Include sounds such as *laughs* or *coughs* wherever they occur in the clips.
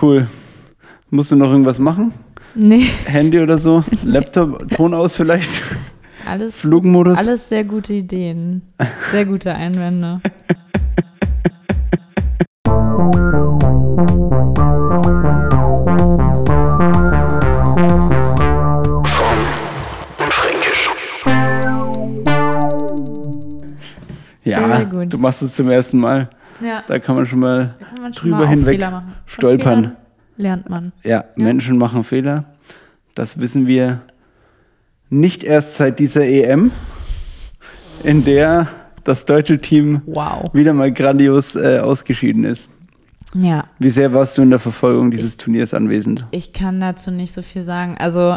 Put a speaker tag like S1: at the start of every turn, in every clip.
S1: Cool. Musst du noch irgendwas machen? *laughs*
S2: Nee,
S1: Handy oder
S2: *laughs*
S1: so? Laptop, Ton aus vielleicht?
S2: alles,
S1: Flugmodus?
S2: alles sehr gute Ideen. Sehr
S1: *laughs*
S2: gute Einwände.
S1: ja,
S2: sehr gut.
S1: du machst es zum ersten Mal.
S2: Ja,
S1: Da kann man schon mal
S2: kann man schon
S1: drüber
S2: mal auch
S1: hinweg
S2: Fehler machen. Von
S1: stolpern.
S2: Fehlern Lernt man.
S1: Ja, Menschen machen Fehler. Das wissen wir nicht erst seit dieser EM, in der das deutsche Team
S2: Wow.
S1: wieder mal grandios äh, ausgeschieden ist.
S2: Ja,
S1: Wie sehr warst du in der Verfolgung dieses Turniers anwesend?
S2: Ich kann dazu nicht so viel sagen. Also,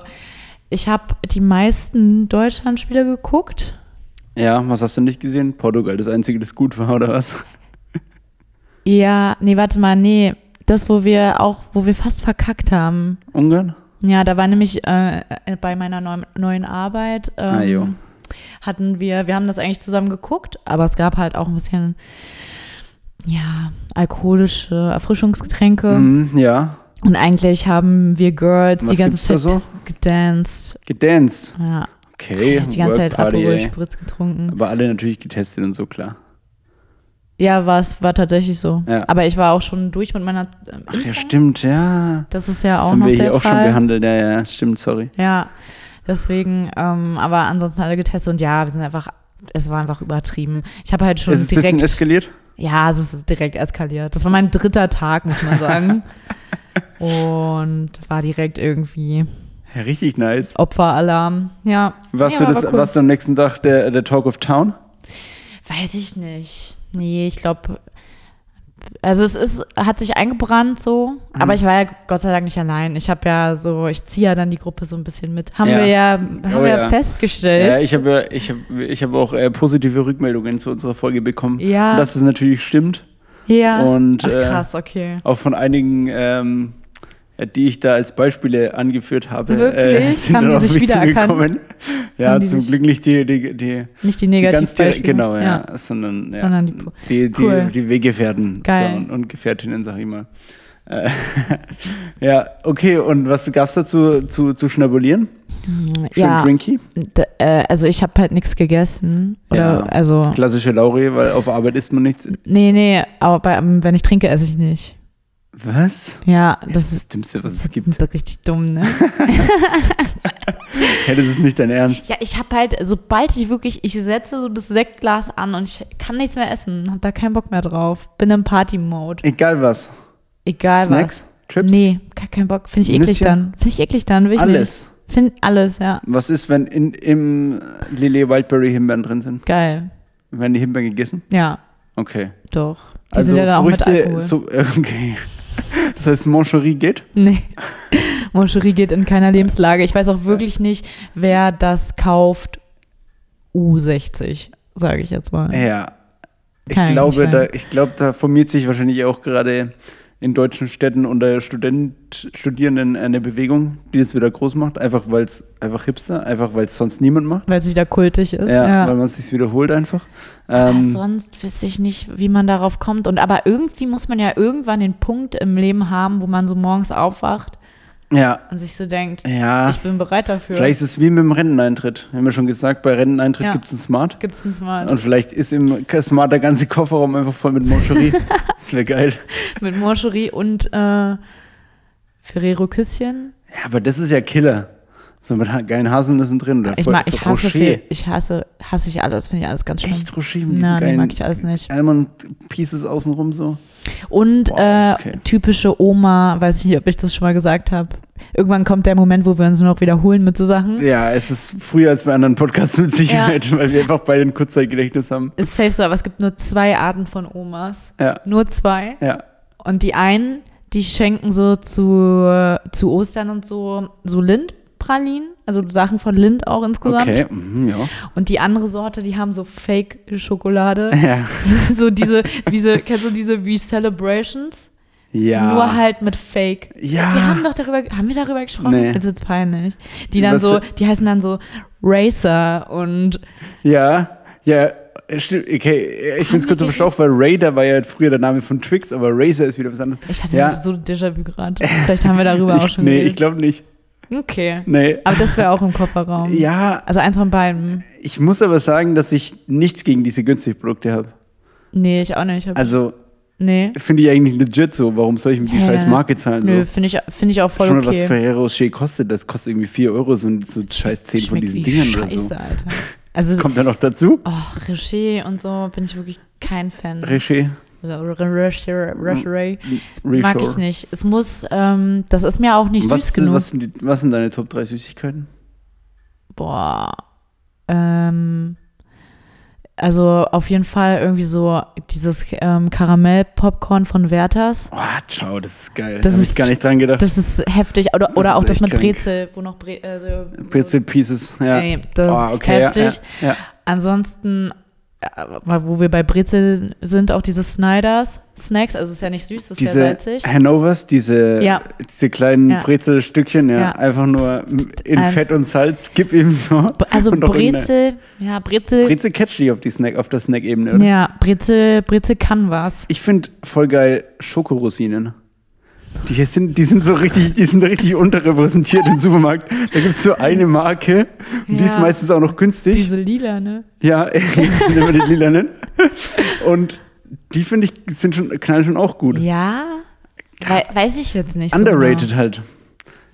S2: ich habe die meisten Deutschlandspiele geguckt.
S1: Ja, was hast du nicht gesehen? Portugal, das einzige, das gut war, oder was?
S2: Ja, nee, warte mal, nee. Das, wo wir auch, wo wir fast verkackt haben.
S1: Ungarn?
S2: Ja, da war nämlich äh, äh, bei meiner neuen, neuen Arbeit, ähm,
S1: Ah, jo.
S2: hatten wir, wir haben das eigentlich zusammen geguckt, aber es gab halt auch ein bisschen, ja, alkoholische Erfrischungsgetränke.
S1: Mhm, ja,
S2: Und eigentlich haben wir Girls
S1: Was
S2: die ganze
S1: gibt's da
S2: Zeit
S1: so?
S2: gedanced.
S1: gedanced.
S2: Ja,
S1: Okay,
S2: die ganze Zeit
S1: Workparty,
S2: Aperol
S1: ey.
S2: Spritz getrunken.
S1: Aber alle natürlich getestet und so, klar.
S2: Ja, war es war tatsächlich so.
S1: Ja.
S2: Aber ich war auch schon durch mit meiner. ähm,
S1: Ach ja, stimmt, ja.
S2: das ist ja
S1: Das
S2: auch
S1: haben
S2: noch
S1: wir
S2: der
S1: hier auch
S2: Fall.
S1: schon behandelt. Ja, ja, stimmt, sorry.
S2: Ja, deswegen. Ähm, aber ansonsten alle getestet und ja, wir sind einfach. Es war einfach übertrieben. Ich habe halt schon
S1: Ist es ein bisschen
S2: direkt.
S1: eskaliert?
S2: Ja, es ist direkt eskaliert. Das war mein dritter Tag, muss
S1: *laughs*
S2: man sagen. und war direkt irgendwie
S1: Ja, richtig nice.
S2: Opferalarm. Ja.
S1: Warst, du
S2: ja, aber
S1: das,
S2: cool.
S1: warst du am nächsten Tag der, der Talk of Town?
S2: Weiß ich nicht. Nee, ich glaube. Also es ist, hat sich eingebrannt so,
S1: Mhm.
S2: aber ich war ja Gott sei Dank nicht allein. Ich habe ja so, ich ziehe ja dann die Gruppe so ein bisschen mit. Haben
S1: Ja.
S2: wir ja, haben
S1: Oh
S2: wir
S1: ja.
S2: ja
S1: Ja,
S2: festgestellt.
S1: ich habe ja- ich hab, ich hab auch äh, positive Rückmeldungen zu unserer Folge bekommen.
S2: Ja.
S1: Und Dass es natürlich stimmt.
S2: Ja.
S1: Und,
S2: Ach,
S1: äh,
S2: krass, okay.
S1: Auch von einigen, ähm, ja, die ich da als Beispiele angeführt habe, äh, *laughs*
S2: Wirklich?
S1: sind
S2: Haben
S1: dann
S2: die
S1: auf
S2: sich
S1: mich
S2: wiedererkannt?
S1: zugekommen. Ja,
S2: Haben die
S1: zum
S2: sich-
S1: Glück nicht die, die, die,
S2: Nicht die
S1: die
S2: negativen
S1: ganz direkt, genau, ja, sondern, ja,
S2: Sondern die po-
S1: die, die,
S2: Cool.
S1: die Weggefährten
S2: Geil.
S1: So, und, und Gefährtinnen, sag ich mal. Äh, *laughs* ja, okay, und was gab's dazu zu, zu schnabulieren? Schön
S2: Mhm. Ja,
S1: drinky?
S2: d- äh, also ich habe halt nichts gegessen. Oder,
S1: Ja.
S2: also,
S1: Klassische Lauri, weil auf Arbeit isst man nichts.
S2: nee, nee, aber bei, ähm, wenn ich trinke, esse ich nicht.
S1: Was?
S2: Ja,
S1: Das
S2: das
S1: ist das Dümmste, was es gibt.
S2: *laughs* ist richtig dumm, ne?
S1: Hey, das ist nicht dein Ernst.
S2: Ja, ich habe halt, sobald ich wirklich, ich setze so das Sektglas an und ich kann nichts mehr essen, hab da keinen Bock mehr drauf. Bin im Party-Mode.
S1: Egal was.
S2: Egal
S1: Snacks,
S2: was.
S1: Chips,
S2: Nee, gar keinen Bock. Finde ich eklig
S1: Nüsschen?
S2: dann. Finde ich eklig dann. Will ich
S1: alles.
S2: Nicht. Find alles, ja.
S1: Was ist, wenn in, im Lillet Wildberry Himbeeren drin sind?
S2: Geil.
S1: Werden die Himbeeren gegessen?
S2: Ja,
S1: Okay.
S2: doch. Die
S1: also
S2: sind ja dann auch mit
S1: Früchte,
S2: Alkohol.
S1: so, *laughs* okay. Das heißt, Moncherie geht?
S2: *laughs* nee. *laughs* Moncherie geht in keiner Lebenslage. Ich weiß auch wirklich nicht, wer das kauft. U60, sage ich jetzt mal.
S1: Ja. Ich
S2: Kann ja
S1: glaube,
S2: nicht
S1: da,
S2: sein.
S1: ich glaube, da formiert sich wahrscheinlich auch gerade in deutschen Städten unter Student, Studierenden eine Bewegung, die das wieder groß macht. Einfach weil es einfach hipster, einfach weil es sonst niemand macht.
S2: Weil es wieder kultig ist.
S1: ja,
S2: ja.
S1: weil man es sich wiederholt einfach.
S2: Aber
S1: Ähm,
S2: sonst wüsste ich nicht, wie man darauf kommt. Und aber irgendwie muss man ja irgendwann den Punkt im Leben haben, wo man so morgens aufwacht
S1: ja,
S2: und sich so denkt,
S1: ja.
S2: ich bin bereit dafür.
S1: Vielleicht ist es wie mit dem Renteneintritt. Wir haben ja schon gesagt, bei Renteneintritt
S2: Ja.
S1: gibt es ein Smart.
S2: Gibt's ein Smart
S1: Und vielleicht ist im Smart der ganze Kofferraum einfach voll mit
S2: *laughs*
S1: Moncherie. das wäre geil.
S2: mit Morcherie und äh, Ferrero Küsschen.
S1: Ja, aber das ist ja Killer. So mit ha- geilen Haselnüssen drin oder
S2: Ich
S1: voll-
S2: mag, ich
S1: voll
S2: hasse,
S1: Rocher.
S2: Fe- ich hasse, hasse ich alles, finde ich alles ganz schlimm.
S1: Echt Rocher mit diesen
S2: Na, nee,
S1: geilen
S2: mag ich alles nicht.
S1: Almond Pieces außenrum so.
S2: Und
S1: Wow,
S2: äh,
S1: okay.
S2: typische Oma, weiß ich nicht, ob ich das schon mal gesagt habe. Irgendwann kommt der Moment, wo wir uns nur noch wiederholen mit so Sachen.
S1: Ja, es ist früher als bei anderen Podcasts mit Sicherheit, weil wir einfach beide ein Kurzzeitgedächtnis haben.
S2: Ist safe so, aber es gibt nur zwei Arten von Omas.
S1: Ja,
S2: Nur zwei.
S1: ja.
S2: Und die einen, die schenken so zu, zu Ostern und so, so Lindpralinen, also Sachen von Lind auch insgesamt.
S1: Okay, mhm, ja.
S2: Und die andere Sorte, die haben
S1: *laughs*
S2: so Fake-Schokolade.
S1: Ja.
S2: *laughs* so diese, diese, kennst du diese Re-Celebrations?
S1: ja.
S2: Nur halt mit Fake. Wir haben
S1: Ja.
S2: doch darüber, haben wir darüber gesprochen?
S1: Nee.
S2: Jetzt wird's peinlich. Die dann
S1: Was-
S2: so, die heißen dann so Racer und
S1: Ja. Ja. stimmt, okay, ich bin
S2: wir
S1: kurz so
S2: diesen-
S1: verstaucht, weil Raider war ja früher der Name von Twix, aber Razer ist wieder was anderes.
S2: Ich hatte
S1: ja,
S2: so ein Déjà-vu gerade. Vielleicht haben wir darüber
S1: *laughs*
S2: auch
S1: ich,
S2: schon
S1: Nee, ich
S2: geredet.
S1: glaube nicht.
S2: okay.
S1: Nee.
S2: Aber das wäre auch im Kofferraum.
S1: Ja,
S2: Also eins von beiden.
S1: ich muss aber sagen, dass ich nichts gegen diese günstigen Produkte habe.
S2: Nee, ich auch nicht. Hab-
S1: Also
S2: nee.
S1: finde ich eigentlich legit so. Warum soll ich mir die
S2: Ja.
S1: scheiß Marke zahlen? So?
S2: Nö, finde ich, find ich auch voll
S1: Schon mal, was
S2: okay.
S1: Ferrero Rocher kostet, das kostet irgendwie 4 Euro, so, so scheiß 10 von
S2: Schmeckt
S1: diesen
S2: wie
S1: Dingern oder
S2: Scheiße,
S1: so.
S2: Alter. Also,
S1: Kommt da noch dazu?
S2: oh, Richer und so bin ich wirklich kein Fan.
S1: Rocher?
S2: Oder Richer, Richer.
S1: Rocher.
S2: Mag ich nicht. genau. Es muss, ähm, das ist mir auch nicht
S1: was,
S2: süß genug.
S1: Was sind, die, was sind deine Top 3 Süßigkeiten?
S2: Boah. Ähm, also auf jeden Fall irgendwie so dieses ähm, Karamell-Popcorn von Werthers.
S1: Oh, ciao, das ist geil. da
S2: Das
S1: habe
S2: ist-
S1: ich gar nicht dran gedacht.
S2: Das ist heftig. Oder, oder
S1: ist
S2: auch das
S1: echt
S2: mit
S1: krank.
S2: Brezel, wo noch Bre äh, so,
S1: Brezel Pieces, ja.
S2: Ey, das ist
S1: oh, okay, ja,
S2: heftig.
S1: Ja, ja.
S2: Ansonsten, äh, wo wir bei Brezel sind, auch diese Snyders Snacks. Also es ist ja nicht süß, es ist ja
S1: Diese
S2: salzig.
S1: Hanovers, diese,
S2: Ja.
S1: diese kleinen
S2: Ja.
S1: Brezelstückchen, ja,
S2: Ja.
S1: einfach nur in
S2: Ein-
S1: Fett und Salz, gib ihm so.
S2: B- Also
S1: Und *laughs* noch in der-
S2: Brezel, ja, Brezel,
S1: Brezel catch dich auf, die Snack, auf der Snack-Ebene, oder?
S2: ja, Brezel, Brezel kann was.
S1: Ich finde voll geil Schokorosinen. Die hier sind, die sind so richtig, die sind richtig unterrepräsentiert im Supermarkt. Da gibt es so eine Marke und die ist
S2: Ja.
S1: meistens auch noch günstig.
S2: Diese lila, ne?
S1: Ja, *laughs* sind immer die lilanen. Und die finde ich sind schon, knallen schon auch gut.
S2: Ja, wei weiß ich jetzt nicht.
S1: Underrated halt.
S2: So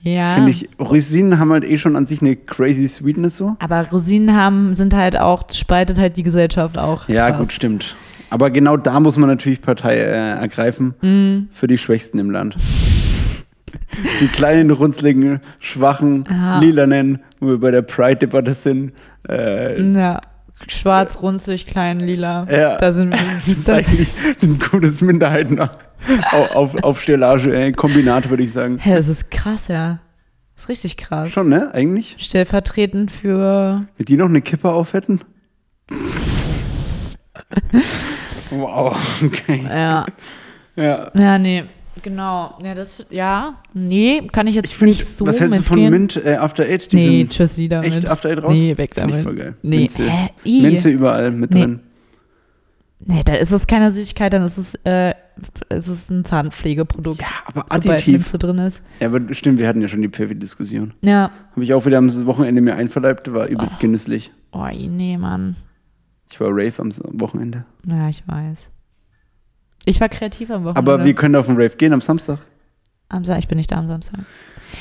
S2: genau. ja.
S1: Finde ich, Rosinen haben halt eh schon an sich eine crazy Sweetness so.
S2: Aber Rosinen haben, sind halt auch, spaltet halt die Gesellschaft auch.
S1: Ja,
S2: krass.
S1: gut, stimmt. Aber genau da muss man natürlich Partei äh, ergreifen
S2: Mhm.
S1: für die Schwächsten im Land. *laughs* die kleinen, runzligen, schwachen,
S2: Ja.
S1: lilanen, wo wir bei der Pride-Debatte sind. Äh,
S2: Ja. Schwarz, runzlig, klein, lila.
S1: Ja.
S2: Da sind wir.
S1: *laughs* das ist
S2: das-
S1: eigentlich ein gutes Minderheiten auf, auf, auf Stellage, äh, Kombinat, würde ich sagen.
S2: Hä, das ist krass, ja. Das ist richtig krass.
S1: Schon, ne? Eigentlich?
S2: Stellvertretend für.
S1: Wenn die noch eine Kippe
S2: *laughs*
S1: aufhätten? wow, okay.
S2: Ja.
S1: Ja.
S2: Ja, nee. Genau. Ja, das. Ja. Nee, kann ich jetzt
S1: Ich finde,
S2: nicht so
S1: was hältst du von
S2: mitgehen.
S1: Mint äh, After Eight?
S2: Nee,
S1: Diesen-
S2: tschüss, sie damit.
S1: Echt After Eight raus?
S2: Nee, weg
S1: Find
S2: damit.
S1: Ich voll geil.
S2: Nee,
S1: Minze.
S2: hä? I.
S1: Minze überall mit
S2: Nee.
S1: drin.
S2: Nee, dann ist es keine Süßigkeit, dann ist es, äh, es ist ein Zahnpflegeprodukt.
S1: Ja, aber
S2: sobald
S1: additiv.
S2: Minze drin ist.
S1: Ja, aber stimmt, wir hatten ja schon die Pfeffi-Diskussion.
S2: Ja.
S1: Habe ich auch wieder am Wochenende mir einverleibt, war übelst genüsslich.
S2: Oh, nee, Mann.
S1: Ich war Rave am S- Wochenende.
S2: Ja, ich weiß. Ich war kreativ am Wochenende.
S1: Aber wir können auf den Rave gehen am Samstag.
S2: am Sa ich bin nicht da am Samstag.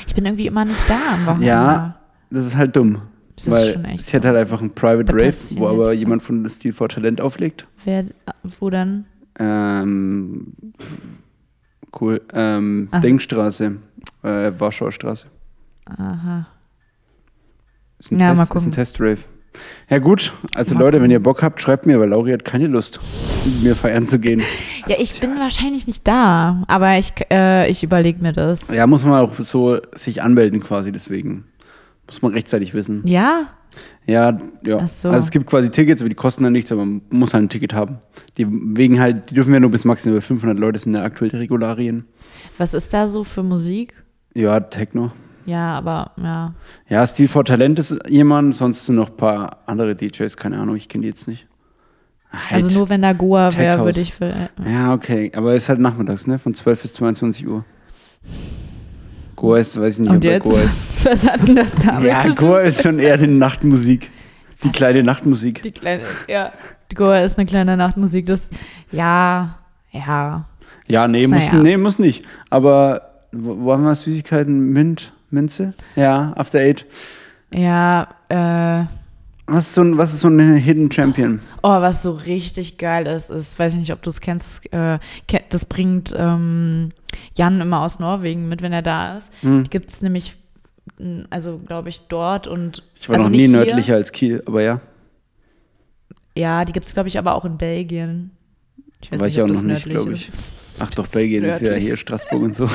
S2: Ich bin irgendwie immer nicht da am Wochenende.
S1: Ja. Das ist halt dumm.
S2: Das ist schon
S1: weil
S2: echt
S1: ich hätte halt einfach einen Private
S2: Da
S1: Rave,
S2: passt sich
S1: wo
S2: ja
S1: aber
S2: nicht.
S1: jemand von Steel for Talent auflegt.
S2: Wer, wo dann?
S1: Ähm, cool. Ähm,
S2: Ach.
S1: Denkstraße, äh, Warschauer Straße.
S2: Aha.
S1: Ist ein,
S2: Ja,
S1: Test,
S2: mal
S1: ist ein
S2: gucken.
S1: Testrave. Ja gut, also
S2: Mal
S1: Leute, wenn
S2: gucken.
S1: ihr Bock habt, schreibt mir, weil Lauri hat keine Lust, mit mir feiern zu gehen.
S2: Ja, ich bin wahrscheinlich nicht da, aber ich, äh, ich überlege mir das.
S1: Ja, muss man auch so sich anmelden quasi, deswegen. Muss man rechtzeitig wissen.
S2: Ja?
S1: Ja, ja.
S2: Ach so.
S1: Also es gibt quasi Tickets, aber die kosten dann nichts, aber man muss halt ein Ticket haben. Die wegen halt, die dürfen ja nur bis maximal 500 Leute, sind ja aktuell die Regularien.
S2: Was ist da so für Musik?
S1: Ja, Techno.
S2: Ja, aber ja.
S1: Ja, Steel for Talent ist jemand, sonst sind noch ein paar andere DJs, keine Ahnung, ich kenne die jetzt nicht. Halt.
S2: Also nur wenn da Goa
S1: Tech
S2: wäre,
S1: House.
S2: würde ich. Äh,
S1: Ja, okay, aber ist halt nachmittags, ne? Von 12 bis 22 Uhr. Goa ist, weiß ich nicht,
S2: und
S1: ob er
S2: jetzt?
S1: Goa
S2: *laughs*
S1: ist.
S2: Was hat denn das damit
S1: Ja,
S2: zu tun?
S1: Goa ist schon eher die Nachtmusik. Die
S2: Was?
S1: kleine Nachtmusik.
S2: Die kleine, ja. Goa ist eine kleine Nachtmusik, das. Ja, ja.
S1: Ja, nee, muss,
S2: Naja.
S1: nee, muss nicht. Aber wo, wo haben wir Süßigkeiten? Mint? Minze? Ja, After Eight.
S2: Ja, äh.
S1: Was ist so ein, was ist so ein Hidden Champion?
S2: Oh, was so richtig geil ist, ist, weiß ich nicht, ob du es kennst, das, äh, ke- das bringt ähm, Jan immer aus Norwegen mit, wenn er da ist.
S1: Hm.
S2: Die gibt es nämlich, m, also glaube ich, dort und.
S1: Ich war
S2: also
S1: noch
S2: nicht
S1: nie
S2: hier.
S1: nördlicher als Kiel, aber ja.
S2: Ja, die gibt es, glaube ich, aber auch in Belgien. Ich
S1: War ich auch
S2: ob das
S1: noch nicht,
S2: nördlich
S1: glaube ich.
S2: ist.
S1: Ach doch, Belgien ist ja
S2: nördlich.
S1: hier, Straßburg
S2: *laughs*
S1: und so.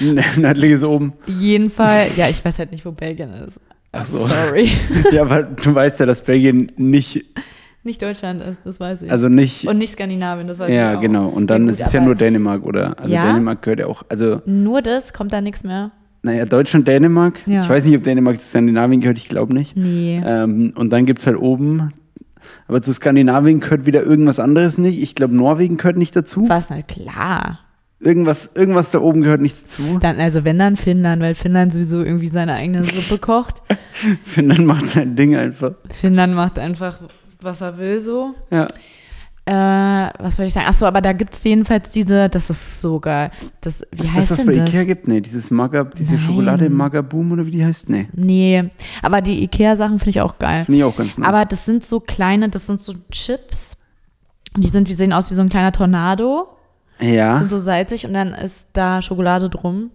S1: *laughs* Nördlich ist oben.
S2: Jeden Fall, ja, ich weiß halt nicht, wo Belgien ist. Also
S1: Ach so.
S2: Sorry.
S1: *laughs* Ja, aber du weißt ja, dass Belgien nicht,
S2: nicht Deutschland ist, das weiß ich.
S1: also nicht
S2: und nicht Skandinavien, das weiß ich.
S1: Ja,
S2: auch.
S1: genau. Und dann
S2: Ja, gut,
S1: ist es ja
S2: aber
S1: nur Dänemark, oder? Also
S2: Ja?
S1: Dänemark gehört ja auch. Also,
S2: Nur das kommt da nichts mehr.
S1: naja, Deutschland, Dänemark.
S2: Ja.
S1: Ich weiß nicht, ob Dänemark zu Skandinavien gehört, ich glaube nicht.
S2: Nee.
S1: Ähm, und dann gibt es halt oben Aber zu Skandinavien gehört wieder irgendwas anderes nicht. Ich glaube, Norwegen gehört nicht dazu.
S2: Was, na klar.
S1: Irgendwas, irgendwas da oben gehört nicht dazu.
S2: Dann, also wenn dann Finnland, weil Finnland sowieso irgendwie seine eigene Suppe kocht.
S1: Finnland macht sein halt Ding einfach.
S2: Finnland macht einfach, was er will so.
S1: Ja.
S2: Äh, was wollte ich sagen? Achso, aber da gibt es jedenfalls diese, das ist so geil. Das, wie
S1: Ist
S2: heißt
S1: das, was
S2: denn
S1: bei
S2: das?
S1: Ikea gibt? Nee, dieses Magab, diese
S2: Nein.
S1: Schokolade Magaboom oder wie die heißt? Nee.
S2: Nee, aber die Ikea-Sachen finde ich auch geil.
S1: Finde ich auch ganz nice.
S2: Aber das sind so kleine, das sind so Chips. Die sind, die sehen aus wie so ein kleiner Tornado.
S1: ja. Ah.
S2: Sind so salzig und dann ist da Schokolade drum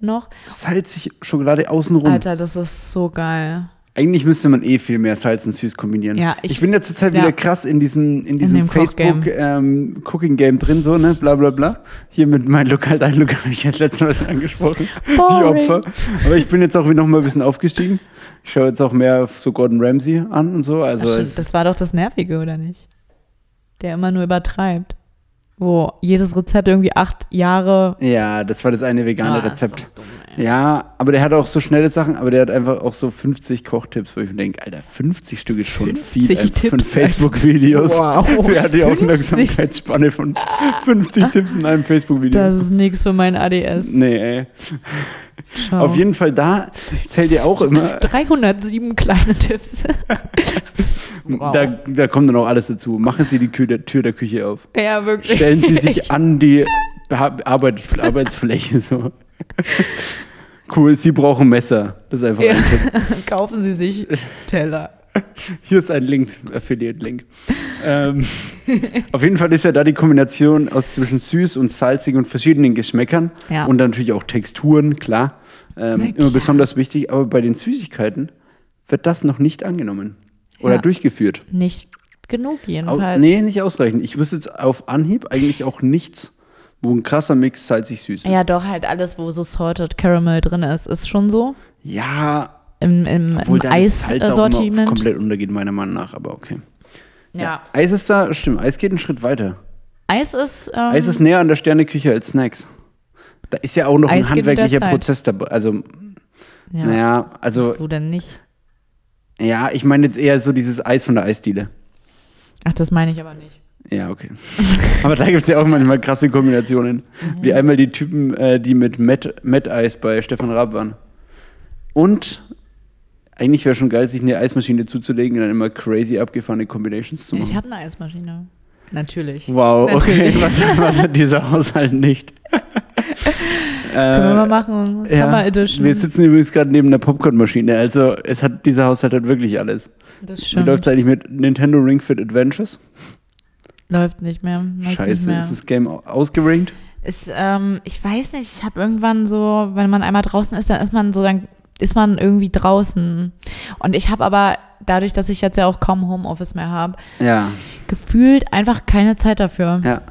S2: noch.
S1: Salzig Schokolade außenrum.
S2: Alter, das ist
S1: *laughs*
S2: so geil.
S1: Eigentlich müsste man eh viel mehr Salz und Süß kombinieren.
S2: Ja,
S1: ich,
S2: ich-
S1: bin ja zurzeit
S2: ja.
S1: wieder krass in diesem, in diesem
S2: dem Kochgame.
S1: Facebook ähm, Cooking Game drin, so, ne, bla bla bla. Hier mit mein Lokal, dein Lokal habe ich jetzt letztes Mal schon angesprochen. Ich
S2: Boring.
S1: Opfer. Aber ich bin jetzt auch wieder noch mal ein bisschen aufgestiegen. Ich schaue jetzt auch mehr auf so Gordon Ramsay an und so. Also
S2: das,
S1: es,
S2: stimmt, das war doch das Nervige, oder nicht? Der immer nur übertreibt. Wo jedes Rezept irgendwie acht Jahre.
S1: ja, das war das eine vegane
S2: Ah, ist
S1: Rezept.
S2: doch dumm, ey.
S1: Ja, aber der hat auch so schnelle Sachen, aber der hat einfach auch so 50 Kochtipps, wo ich mir denke, Alter, 50 Stück ist schon viel
S2: 50
S1: einfach für ein
S2: Tipps,
S1: Facebook-Videos.
S2: Wow.
S1: *laughs* Wer hat die
S2: 50?
S1: Aufmerksamkeitsspanne von 50 Tipps in einem
S2: Das
S1: Facebook-Video?
S2: ist nichts für mein ADS.
S1: Nee, ey.
S2: Ciao.
S1: Auf jeden Fall, da zählt ja auch immer,
S2: 307 kleine Tipps. *laughs* Wow.
S1: äh, da, da kommt dann auch alles dazu. Machen Sie die Kü der Tür der Küche auf.
S2: ja, wirklich.
S1: Stellen Sie
S2: *laughs*
S1: sich an die Beha- Arbeit Arbeitsfläche so.
S2: *laughs*
S1: Cool, Sie brauchen Messer. Das ist einfach
S2: Ja.
S1: ein Tipp.
S2: Kaufen Sie sich Teller.
S1: *laughs* Hier ist ein Link, Affiliate-Link. ähm, auf jeden Fall ist ja da die Kombination aus zwischen süß und salzig und verschiedenen Geschmäckern
S2: Ja.
S1: und dann natürlich auch Texturen, klar.
S2: Na
S1: Ähm,
S2: klar.
S1: immer besonders wichtig, aber bei den Süßigkeiten wird das noch nicht angenommen oder
S2: Ja.
S1: durchgeführt.
S2: Nicht genug
S1: Au
S2: jedenfalls.
S1: nee, nicht ausreichend. Ich wüsste jetzt auf Anhieb eigentlich auch nichts, wo ein krasser Mix salzig-süß ist.
S2: Ja, doch, halt alles, wo so Salted Caramel drin ist, ist schon so.
S1: ja
S2: Im, im,
S1: obwohl
S2: im
S1: da das Salz halt auch immer
S2: Eissortiment.
S1: komplett untergeht, meiner Meinung nach, aber okay.
S2: Ja.
S1: Eis ist da, stimmt, Eis geht einen Schritt weiter.
S2: Eis ist. Ähm,
S1: Eis ist näher an der Sterneküche als Snacks. Da ist ja auch noch
S2: Eis
S1: ein
S2: geht mit der
S1: handwerklicher
S2: Zeit.
S1: Prozess dabei. Also,
S2: Ja.
S1: naja, also,
S2: Wo denn nicht?
S1: ja, ich meine jetzt eher so dieses Eis von der Eisdiele.
S2: Ach, das meine ich aber nicht.
S1: Ja, okay.
S2: *laughs*
S1: Aber da gibt es ja auch manchmal krasse Kombinationen. Wie einmal die Typen, äh, die mit Met- Met-Eis bei Stefan Raab waren. Und eigentlich wäre schon geil, sich eine Eismaschine zuzulegen und dann immer crazy abgefahrene Combinations zu machen.
S2: Ich habe eine Eismaschine. Natürlich.
S1: wow, okay, *laughs*
S2: Natürlich.
S1: was, was hat dieser Haushalt nicht?
S2: *laughs*
S1: *laughs*
S2: Können wir
S1: Äh,
S2: mal machen. Summer Edition.
S1: Wir sitzen übrigens gerade neben der Popcornmaschine. Also es hat dieser Haushalt hat wirklich alles.
S2: das
S1: Wie läuft
S2: stimmt. Läuft,
S1: es eigentlich mit Nintendo Ring Fit Adventures?
S2: nicht mehr. Läuft
S1: Scheiße,
S2: nicht mehr.
S1: ist das Game au- ausgeringt?
S2: Ist, ähm, ich weiß nicht, ich habe irgendwann so, wenn man einmal draußen ist, dann ist man so, dann ist man irgendwie draußen. Und ich habe aber dadurch, dass ich jetzt ja auch kaum Homeoffice mehr habe,
S1: Ja,
S2: gefühlt einfach keine Zeit dafür.
S1: ja.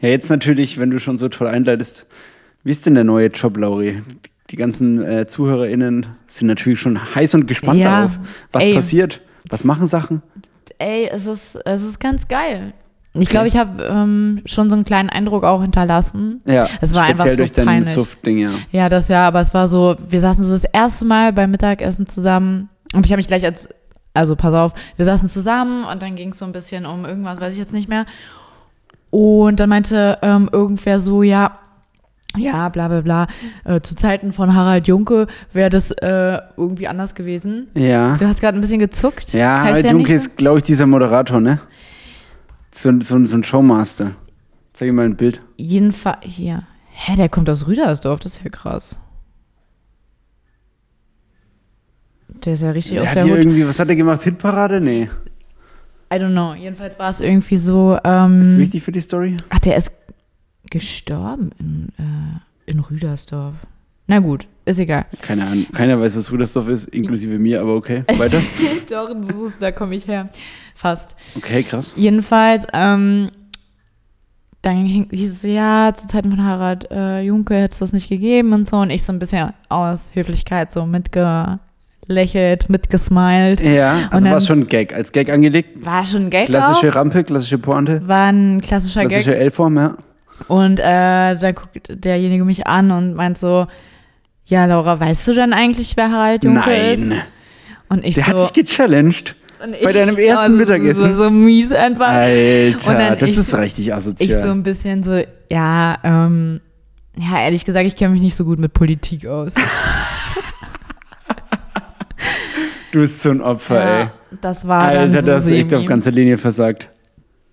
S1: Ja, jetzt natürlich, wenn du schon so toll einleitest. Wie ist denn der neue Job, Lauri? Die ganzen äh, ZuhörerInnen sind natürlich schon heiß und gespannt
S2: Ja,
S1: darauf. Was
S2: ey.
S1: passiert? Was machen Sachen?
S2: Ey, es ist, es ist ganz geil. Ich glaube, ich habe ähm, schon so einen kleinen Eindruck auch hinterlassen.
S1: Ja,
S2: Es war einfach
S1: speziell
S2: so
S1: durch dein
S2: peinlich.
S1: Suft-Ding, ja.
S2: Ja, das ja, aber es war so, wir saßen so das erste Mal beim Mittagessen zusammen und ich habe mich gleich als, also pass auf, wir saßen zusammen und dann ging es so ein bisschen um irgendwas, weiß ich jetzt nicht mehr. Und dann meinte ähm, irgendwer so, ja, ja, bla bla bla, äh, zu Zeiten von Harald Junke wäre das äh, irgendwie anders gewesen.
S1: Ja.
S2: Du hast gerade ein bisschen gezuckt.
S1: Ja,
S2: Heißt
S1: Harald
S2: der
S1: Junke
S2: nicht so?
S1: ist, glaube ich, dieser Moderator, ne? So, ein- so, ein- so ein Showmaster. Zeig ihm mal ein Bild.
S2: Jedenfalls, hier. Hä, der kommt aus Rüdersdorf, das ist ja krass. Der ist ja richtig aus
S1: Hat
S2: der
S1: hier
S2: Hut.
S1: irgendwie, was hat er gemacht? Hitparade? Nee.
S2: I don't know. Jedenfalls war es irgendwie so. Ähm,
S1: Ist das wichtig für die Story?
S2: Ach, der ist gestorben in, äh, in Rüdersdorf. Na gut, ist egal.
S1: Keine Ahnung. Keiner weiß, was Rudersdorf ist, inklusive mir, aber
S2: *laughs*
S1: okay. Weiter.
S2: Doch, das ist- da komme ich her. Fast.
S1: Okay, krass.
S2: Jedenfalls, ähm, dann hing- hieß es so, ja, zu Zeiten von Harald äh, Junke hätte es das nicht gegeben und so. Und ich so ein bisschen aus Höflichkeit so mitgelächelt, mitgesmiled.
S1: Ja, also
S2: dann-
S1: war es schon ein Gag. Als Gag angelegt.
S2: War schon ein Gag
S1: Klassische Rampe, klassische Pointe,
S2: auch. War ein klassischer Gag.
S1: klassische L-Form, ja.
S2: Und äh, dann guckt derjenige mich an und meint so, ja, Laura, weißt du denn eigentlich, wer Harald Junke ist?
S1: Nein.
S2: Und ich
S1: Der hat
S2: so,
S1: dich gechallenged.
S2: Und
S1: Bei deinem ersten
S2: oh,
S1: Mittagessen? Äh,
S2: So, so mies einfach. Und
S1: Alter,
S2: dann
S1: das
S2: ich-
S1: ist richtig asozial.
S2: Ich so ein bisschen so, ja, ähm, ja, ehrlich gesagt, ich kenne mich nicht so gut mit Politik aus.
S1: du bist so ein Opfer, ey.
S2: ja, das war
S1: Alter,
S2: dann so
S1: das hast echt
S2: semi.
S1: auf ganzer Linie versagt.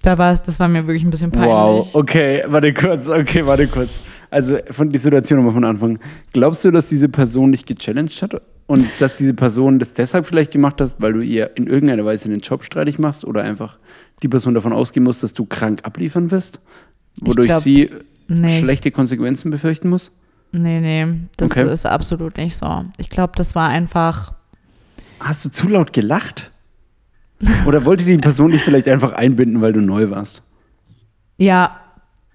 S2: Da war es, das war mir wirklich ein bisschen peinlich.
S1: Wow, okay, warte kurz, okay, warte kurz. Also von die Situation nochmal von Anfang. Glaubst du, dass diese Person dich gechallenged hat und dass diese Person das deshalb vielleicht gemacht hat, weil du ihr in irgendeiner Weise den Job streitig machst oder einfach die Person davon ausgehen muss, dass du krank abliefern wirst, wodurch
S2: glaub,
S1: sie
S2: Nee,
S1: schlechte Konsequenzen befürchten muss?
S2: nee, nee, das
S1: Okay.
S2: ist absolut nicht so. Ich glaube, das war einfach,
S1: Hast du zu laut
S2: *laughs*
S1: gelacht? Oder wollte die Person dich vielleicht einfach einbinden, weil du neu warst?
S2: ja,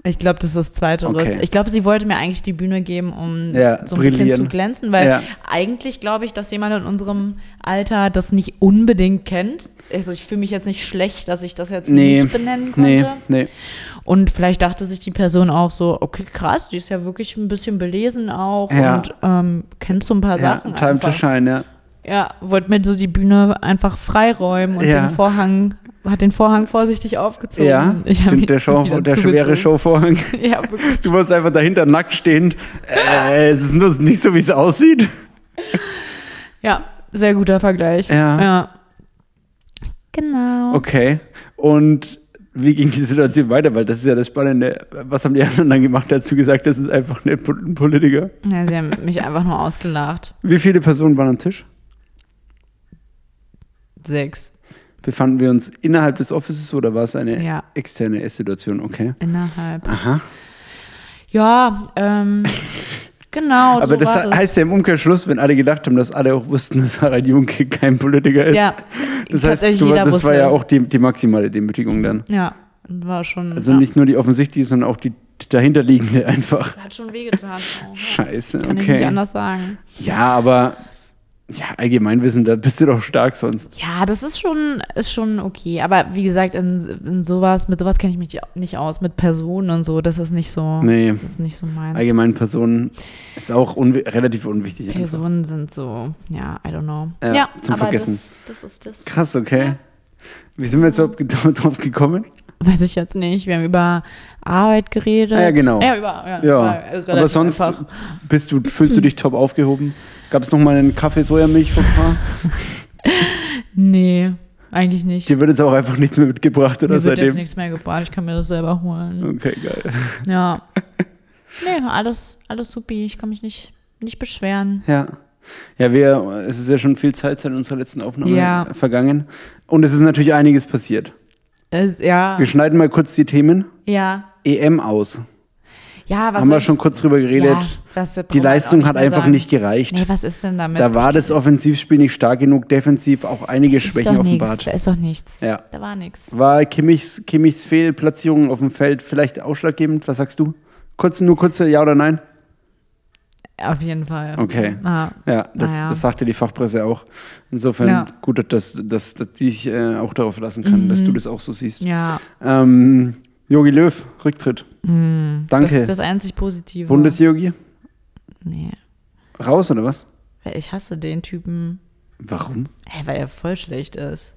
S2: ich glaube, das ist Zweiteres.
S1: Okay.
S2: Ich glaube, sie wollte mir eigentlich die Bühne geben, um
S1: Ja,
S2: so ein bisschen
S1: brillieren.
S2: zu glänzen, weil
S1: Ja.
S2: eigentlich glaube ich, dass jemand in unserem Alter das nicht unbedingt kennt. Also ich fühle mich jetzt nicht schlecht, dass ich das jetzt
S1: Nee,
S2: nicht benennen konnte.
S1: Nee, nee.
S2: Und vielleicht dachte sich die Person auch so, okay, krass, die ist ja wirklich ein bisschen belesen auch
S1: Ja.
S2: und ähm, kennt so ein paar
S1: Ja,
S2: Sachen.
S1: time to
S2: einfach.
S1: shine, ja.
S2: Ja, wollte mir so die Bühne einfach freiräumen und
S1: Ja.
S2: den Vorhang, hat den Vorhang vorsichtig aufgezogen.
S1: Ja,
S2: ich hab
S1: den-
S2: ihn
S1: der, Show,
S2: wieder
S1: der schwere
S2: zugezogen.
S1: Showvorhang.
S2: *laughs* Ja, wirklich.
S1: Du warst einfach dahinter nackt stehend. Äh, es ist nur nicht so, wie es aussieht.
S2: ja, sehr guter Vergleich.
S1: Ja.
S2: Genau.
S1: Okay. Und wie ging die Situation weiter? Weil das ist ja das Spannende. Was haben die anderen dann gemacht? Dazu gesagt, das ist einfach eine Pol- ein Politiker.
S2: Ja, sie haben mich einfach nur ausgelacht.
S1: Wie viele Personen waren am Tisch?
S2: Sechs.
S1: Befanden wir uns innerhalb des Offices oder war es eine
S2: Ja,
S1: externe Esssituation? Okay.
S2: innerhalb.
S1: Aha.
S2: Ja,
S1: *laughs*
S2: ähm, genau. so
S1: Aber das
S2: war
S1: heißt ja im Umkehrschluss, wenn alle gedacht haben, dass alle auch wussten, *laughs* dass Harald Junke kein Politiker ist.
S2: ja,
S1: das heißt,
S2: tatsächlich
S1: du,
S2: jeder
S1: das
S2: wusste
S1: war ja
S2: es.
S1: auch die, die maximale Demütigung dann.
S2: Ja, war schon.
S1: Also
S2: ja.
S1: nicht nur die offensichtliche, sondern auch die dahinterliegende einfach.
S2: Hat schon wehgetan. auch, ja.
S1: Scheiße,
S2: Kann ich nicht
S1: okay.
S2: anders sagen.
S1: Ja, aber ja, Allgemeinwissen, da bist du doch stark sonst.
S2: Ja, das ist schon, ist schon okay. Aber wie gesagt, in, in sowas, mit sowas kenne ich mich nicht aus. Mit Personen und so, das ist nicht so,
S1: Nee,
S2: das ist nicht so meins.
S1: allgemein Personen ist auch unwi relativ unwichtig. Einfach.
S2: Personen sind so, ja, I don't know.
S1: Ja, zum
S2: aber
S1: Vergessen.
S2: Das, das ist das.
S1: Krass, okay. Wie sind wir jetzt überhaupt ge- drauf gekommen?
S2: Weiß ich jetzt nicht. Wir haben über Arbeit geredet.
S1: Ah, ja, genau.
S2: Ja, über, ja,
S1: Ja,
S2: war Äh, relativ
S1: aber sonst
S2: einfach.
S1: bist du, fühlst du dich top aufgehoben? Gab es nochmal einen Kaffee Sojamilch vom Paar?
S2: Nee, eigentlich nicht.
S1: Dir wird jetzt auch einfach nichts mehr mitgebracht oder
S2: Mir wird jetzt
S1: seitdem?
S2: nichts mehr gebracht. Ich kann mir das selber holen.
S1: Okay, geil.
S2: Ja.
S1: *laughs*
S2: Nee, alles, alles supi. Ich kann mich nicht, nicht beschweren.
S1: Ja. Ja, wir, es ist ja schon viel Zeit seit unserer letzten Aufnahme
S2: Ja.
S1: vergangen. Und es ist natürlich einiges passiert.
S2: Es, ja.
S1: Wir schneiden mal kurz die Themen.
S2: Ja.
S1: EM E aus.
S2: Ja, was
S1: Haben wir
S2: ist-
S1: schon kurz drüber geredet.
S2: Ja, was wir
S1: Die
S2: brauchen
S1: Leistung
S2: auch
S1: hat
S2: mehr
S1: einfach
S2: sagen.
S1: nicht gereicht.
S2: Nee, was ist denn damit?
S1: da war das Offensivspiel nicht stark genug, defensiv auch einige
S2: ist
S1: Schwächen
S2: doch
S1: offenbart.
S2: Nix. Da ist doch nichts.
S1: Ja.
S2: Da war nichts.
S1: War Kimmichs, Kimmichs Fehlplatzierung auf dem Feld vielleicht ausschlaggebend? Was sagst du? Kurz, nur kurze Ja oder Nein?
S2: Auf jeden Fall.
S1: Okay.
S2: Ah,
S1: Ja, das,
S2: Naja.
S1: das sagte die Fachpresse auch. Insofern
S2: Ja.
S1: gut, dass, dass, dass die ich äh, auch darauf verlassen kann, dass
S2: Mhm.
S1: du das auch so siehst.
S2: ja.
S1: Ähm, Jogi Löw, Rücktritt.
S2: Hm. Das
S1: Danke.
S2: ist das einzig Positive.
S1: Bundesjogi,
S2: nee.
S1: raus oder was?
S2: Weil Ich hasse den Typen.
S1: Warum?
S2: Hä, weil er voll schlecht ist.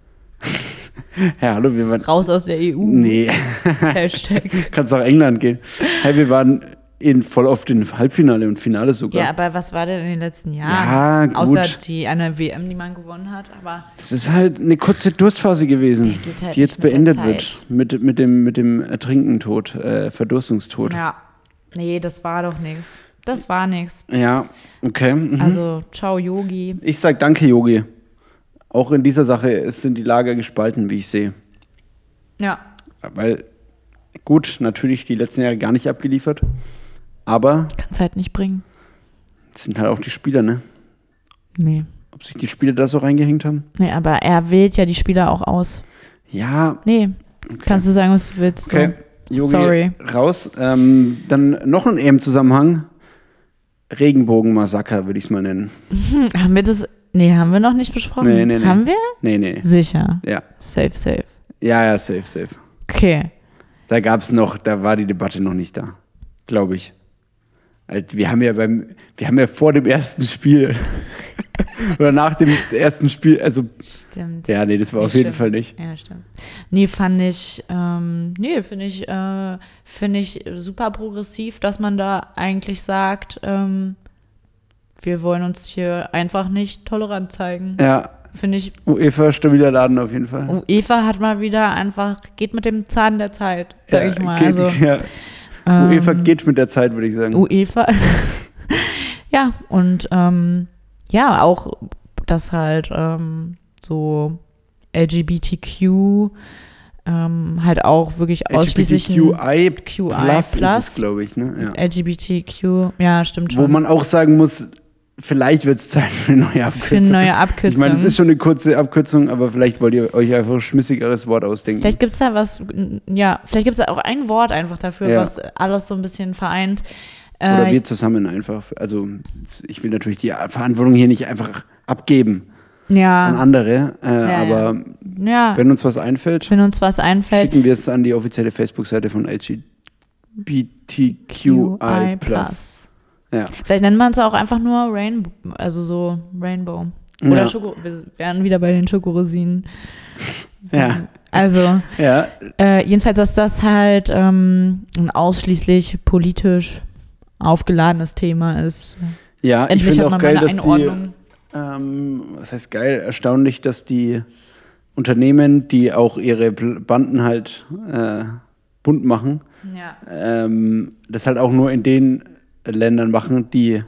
S1: Ja, hallo, wir waren.
S2: Raus aus der EU.
S1: Nee,
S2: *laughs* Hashtag.
S1: kannst nach England gehen. Hey, wir waren in, voll oft in Halbfinale und Finale sogar.
S2: Ja, aber was war denn in den letzten
S1: Ja,
S2: Jahren?
S1: gut.
S2: Außer die eine WM, die man gewonnen hat, aber
S1: Das ist halt eine kurze Durstphase gewesen,
S2: Der geht halt
S1: die jetzt
S2: nicht mit der
S1: beendet wird. Mit, mit dem, mit dem Ertrinkentod, äh, Verdurstungstod. Ja,
S2: ja. Nee, das war doch nichts. Das war nichts.
S1: okay. Mhm.
S2: Also, ciao, Yogi.
S1: ich sag danke, Yogi. Auch in dieser Sache es sind die Lager gespalten, wie ich sehe.
S2: Ja,
S1: Weil, gut, natürlich die letzten Jahre gar nicht abgeliefert. Aber
S2: kann's halt nicht bringen.
S1: es sind halt auch die Spieler, ne?
S2: Nee.
S1: Ob sich die Spieler da so reingehängt haben?
S2: Nee, aber er wählt ja die Spieler auch aus.
S1: Ja,
S2: Nee. Kannst du sagen, was du willst.
S1: okay. Yogi,
S2: Sorry.
S1: raus. Ähm, dann noch ein EM-Zusammenhang. Regenbogenmassaker, würde ich es mal nennen.
S2: So. Hm, haben wir das. Nee, haben wir noch nicht besprochen.
S1: Nee, nee, nee.
S2: Haben wir?
S1: Nee, nee.
S2: Sicher.
S1: Ja,
S2: Safe, safe.
S1: ja, ja, safe, safe.
S2: Okay.
S1: Da gab's noch, da war die Debatte noch nicht da, glaube ich. Halt, Wir haben ja beim, wir haben ja vor dem ersten Spiel *laughs* Oder nach dem ersten Spiel, also,
S2: Stimmt.
S1: ja, nee, das war auf
S2: Stimmt.
S1: jeden Fall nicht.
S2: Ja, stimmt. Nee, fand ich, ähm, nee, finde ich, äh, finde ich super progressiv, dass man da eigentlich sagt, ähm, wir wollen uns hier einfach nicht tolerant zeigen.
S1: Ja,
S2: Finde ich,
S1: UEFA, stabiler Laden auf jeden Fall.
S2: UEFA hat mal wieder einfach, geht mit dem Zahn der Zeit, sag
S1: ja,
S2: ich mal.
S1: Geht, *laughs*
S2: also,
S1: ja.
S2: ähm,
S1: UEFA geht mit der Zeit, würde ich sagen.
S2: UEFA. *laughs* ja, und ähm, ja, auch dass halt ähm, so LGBTQ ähm, halt auch wirklich ausschließlich ein
S1: LGBTQI
S2: QI
S1: Plus ist es,
S2: plus.
S1: glaube ich, ne? ah, Ja.
S2: LGBTQ, ja, stimmt schon.
S1: Wo man auch sagen muss, vielleicht wird es Zeit für eine neue
S2: für
S1: Abkürzung.
S2: eine neue Abkürzung.
S1: Ich meine, es ist schon eine kurze Abkürzung, aber vielleicht wollt ihr euch einfach ein schmissigeres Wort ausdenken.
S2: vielleicht gibt es da was, n- ja, vielleicht gibt es da auch ein Wort einfach dafür,
S1: Ja.
S2: was alles so ein bisschen vereint. Äh,
S1: Oder wir zusammen einfach. Also ich will natürlich die Verantwortung hier nicht einfach abgeben an
S2: Ah. ja,
S1: andere, äh, aber
S2: ja,
S1: wenn uns was einfällt,
S2: wenn uns was einfällt,
S1: schicken wir es an die offizielle Facebook-Seite von LGBTQI+. Ja.
S2: Vielleicht nennt man es auch einfach nur Rainbow, also so Rainbow. Oder
S1: Ja.
S2: Schoko, wir wären wieder bei den Schokorosinen.
S1: *laughs* Ja.
S2: Also,
S1: ja,
S2: äh, jedenfalls, dass das halt ähm, ein ausschließlich politisch aufgeladenes Thema ist.
S1: ja, ich
S2: Endlich
S1: finde
S2: hat
S1: auch
S2: man
S1: geil,
S2: mal eine
S1: dass die,
S2: Einordnung.
S1: ähm, was heißt geil, erstaunlich, dass die Unternehmen, die auch ihre Bl- Banden halt äh, bunt machen,
S2: ja.
S1: ähm, das halt auch nur in den Ländern machen, die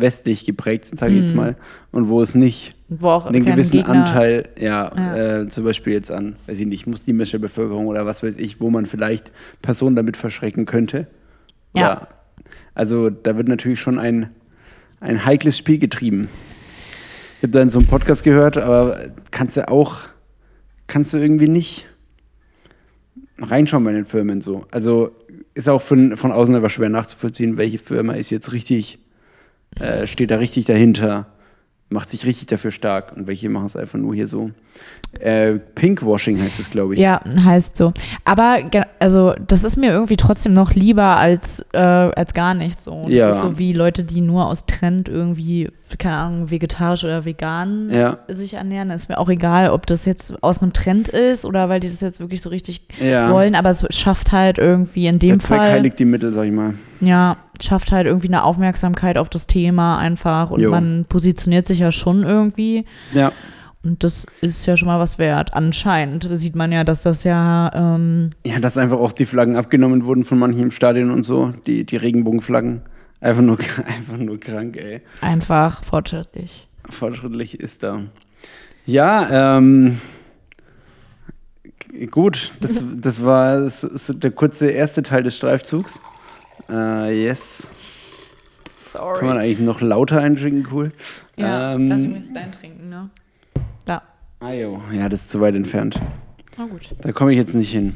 S1: westlich geprägt sind, sage ich jetzt mal, und wo es nicht
S2: Wo auch
S1: einen
S2: kein
S1: gewissen
S2: Gegner-
S1: Anteil, ja,
S2: Ja.
S1: Äh, zum Beispiel jetzt an, weiß ich nicht, muslimische Bevölkerung oder was weiß ich, wo man vielleicht Personen damit verschrecken könnte.
S2: Ja.
S1: Oder- also da wird natürlich schon ein, ein heikles Spiel getrieben. Ich habe da in so einem Podcast gehört, aber kannst du auch, kannst du irgendwie nicht reinschauen bei den Firmen so. Also ist auch von, von außen aber schwer nachzuvollziehen, welche Firma ist jetzt richtig, äh, steht da richtig dahinter, macht sich richtig dafür stark und welche machen es einfach nur hier so. Äh, Pinkwashing heißt es, glaube ich.
S2: Ja, heißt so. Aber ge- also das ist mir irgendwie trotzdem noch lieber als, äh, als gar nicht so. Das
S1: Ja.
S2: ist so wie Leute, die nur aus Trend irgendwie, keine Ahnung, vegetarisch oder vegan
S1: Ja.
S2: sich ernähren. Ist mir auch egal, ob das jetzt aus einem Trend ist oder weil die das jetzt wirklich so richtig
S1: Ja.
S2: wollen, aber es schafft halt irgendwie in dem
S1: Der Zweck
S2: Fall.
S1: heiligt die Mittel, sag ich mal.
S2: Ja, schafft halt irgendwie eine Aufmerksamkeit auf das Thema einfach und
S1: Jo.
S2: man positioniert sich ja schon irgendwie.
S1: Ja.
S2: Und das ist ja schon mal was wert. Anscheinend sieht man ja, dass das ja ähm,
S1: Ja, dass einfach auch die Flaggen abgenommen wurden von manchen im Stadion und so, die, die Regenbogenflaggen. Einfach nur, *laughs* einfach nur krank, ey.
S2: einfach fortschrittlich.
S1: Fortschrittlich ist da. Ja, ähm, g- gut, das, das war so, so der kurze erste Teil des Streifzugs. Äh, yes.
S2: Sorry.
S1: Kann man eigentlich noch lauter einschicken, cool.
S2: ja,
S1: Ähm,
S2: lass mich jetzt dein trinken, ne? Da.
S1: ah, jo. Ja, das ist zu weit entfernt.
S2: Na gut.
S1: Da komme ich jetzt nicht hin.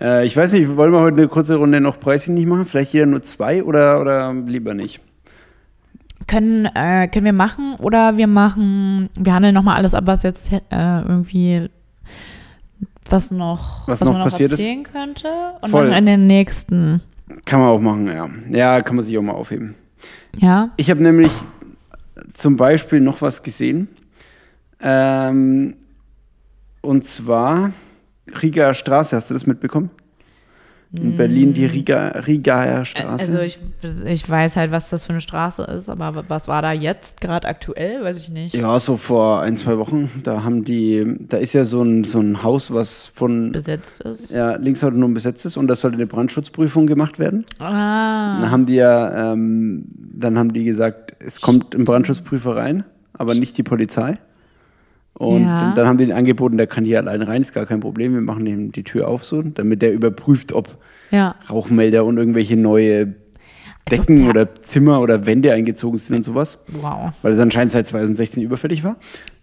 S1: Äh, ich weiß nicht, wollen wir heute eine kurze Runde noch preislich nicht machen? Vielleicht jeder nur zwei oder, oder lieber nicht?
S2: Können, äh, können wir machen oder wir machen, wir handeln nochmal alles ab, was jetzt äh, irgendwie, was noch,
S1: Was noch
S2: man
S1: passiert ist?
S2: erzählen könnte und
S1: Voll.
S2: machen in den nächsten.
S1: Kann man auch machen, ja. Ja, kann man sich auch mal aufheben.
S2: Ja?
S1: Ich habe nämlich zum Beispiel noch was gesehen. Ähm, und zwar Rigaer Straße. Hast du das mitbekommen? In Berlin die Riga, Rigaer Straße.
S2: Mm. Also ich, ich weiß halt, was das für eine Straße ist, aber was war da jetzt gerade aktuell, weiß ich nicht.
S1: ja, so vor ein, zwei Wochen. Da haben die, da ist ja so ein, so ein Haus, was von
S2: Besetzt ist.
S1: ja, linksautonom besetzt ist und da sollte eine Brandschutzprüfung gemacht werden.
S2: Ah.
S1: Dann haben die ja, ähm, dann haben die gesagt, es kommt ein Brandschutzprüfer rein, aber nicht die Polizei. Und
S2: Ja.
S1: dann- dann haben die ihnen angeboten, der kann hier allein rein, ist gar kein Problem, wir machen ihm die Tür auf so, damit der überprüft, ob
S2: Ja.
S1: Rauchmelder und irgendwelche neue
S2: Also
S1: Decken
S2: der-
S1: oder Zimmer oder Wände eingezogen sind und sowas
S2: Wow.
S1: weil es anscheinend seit 2016 überfällig war.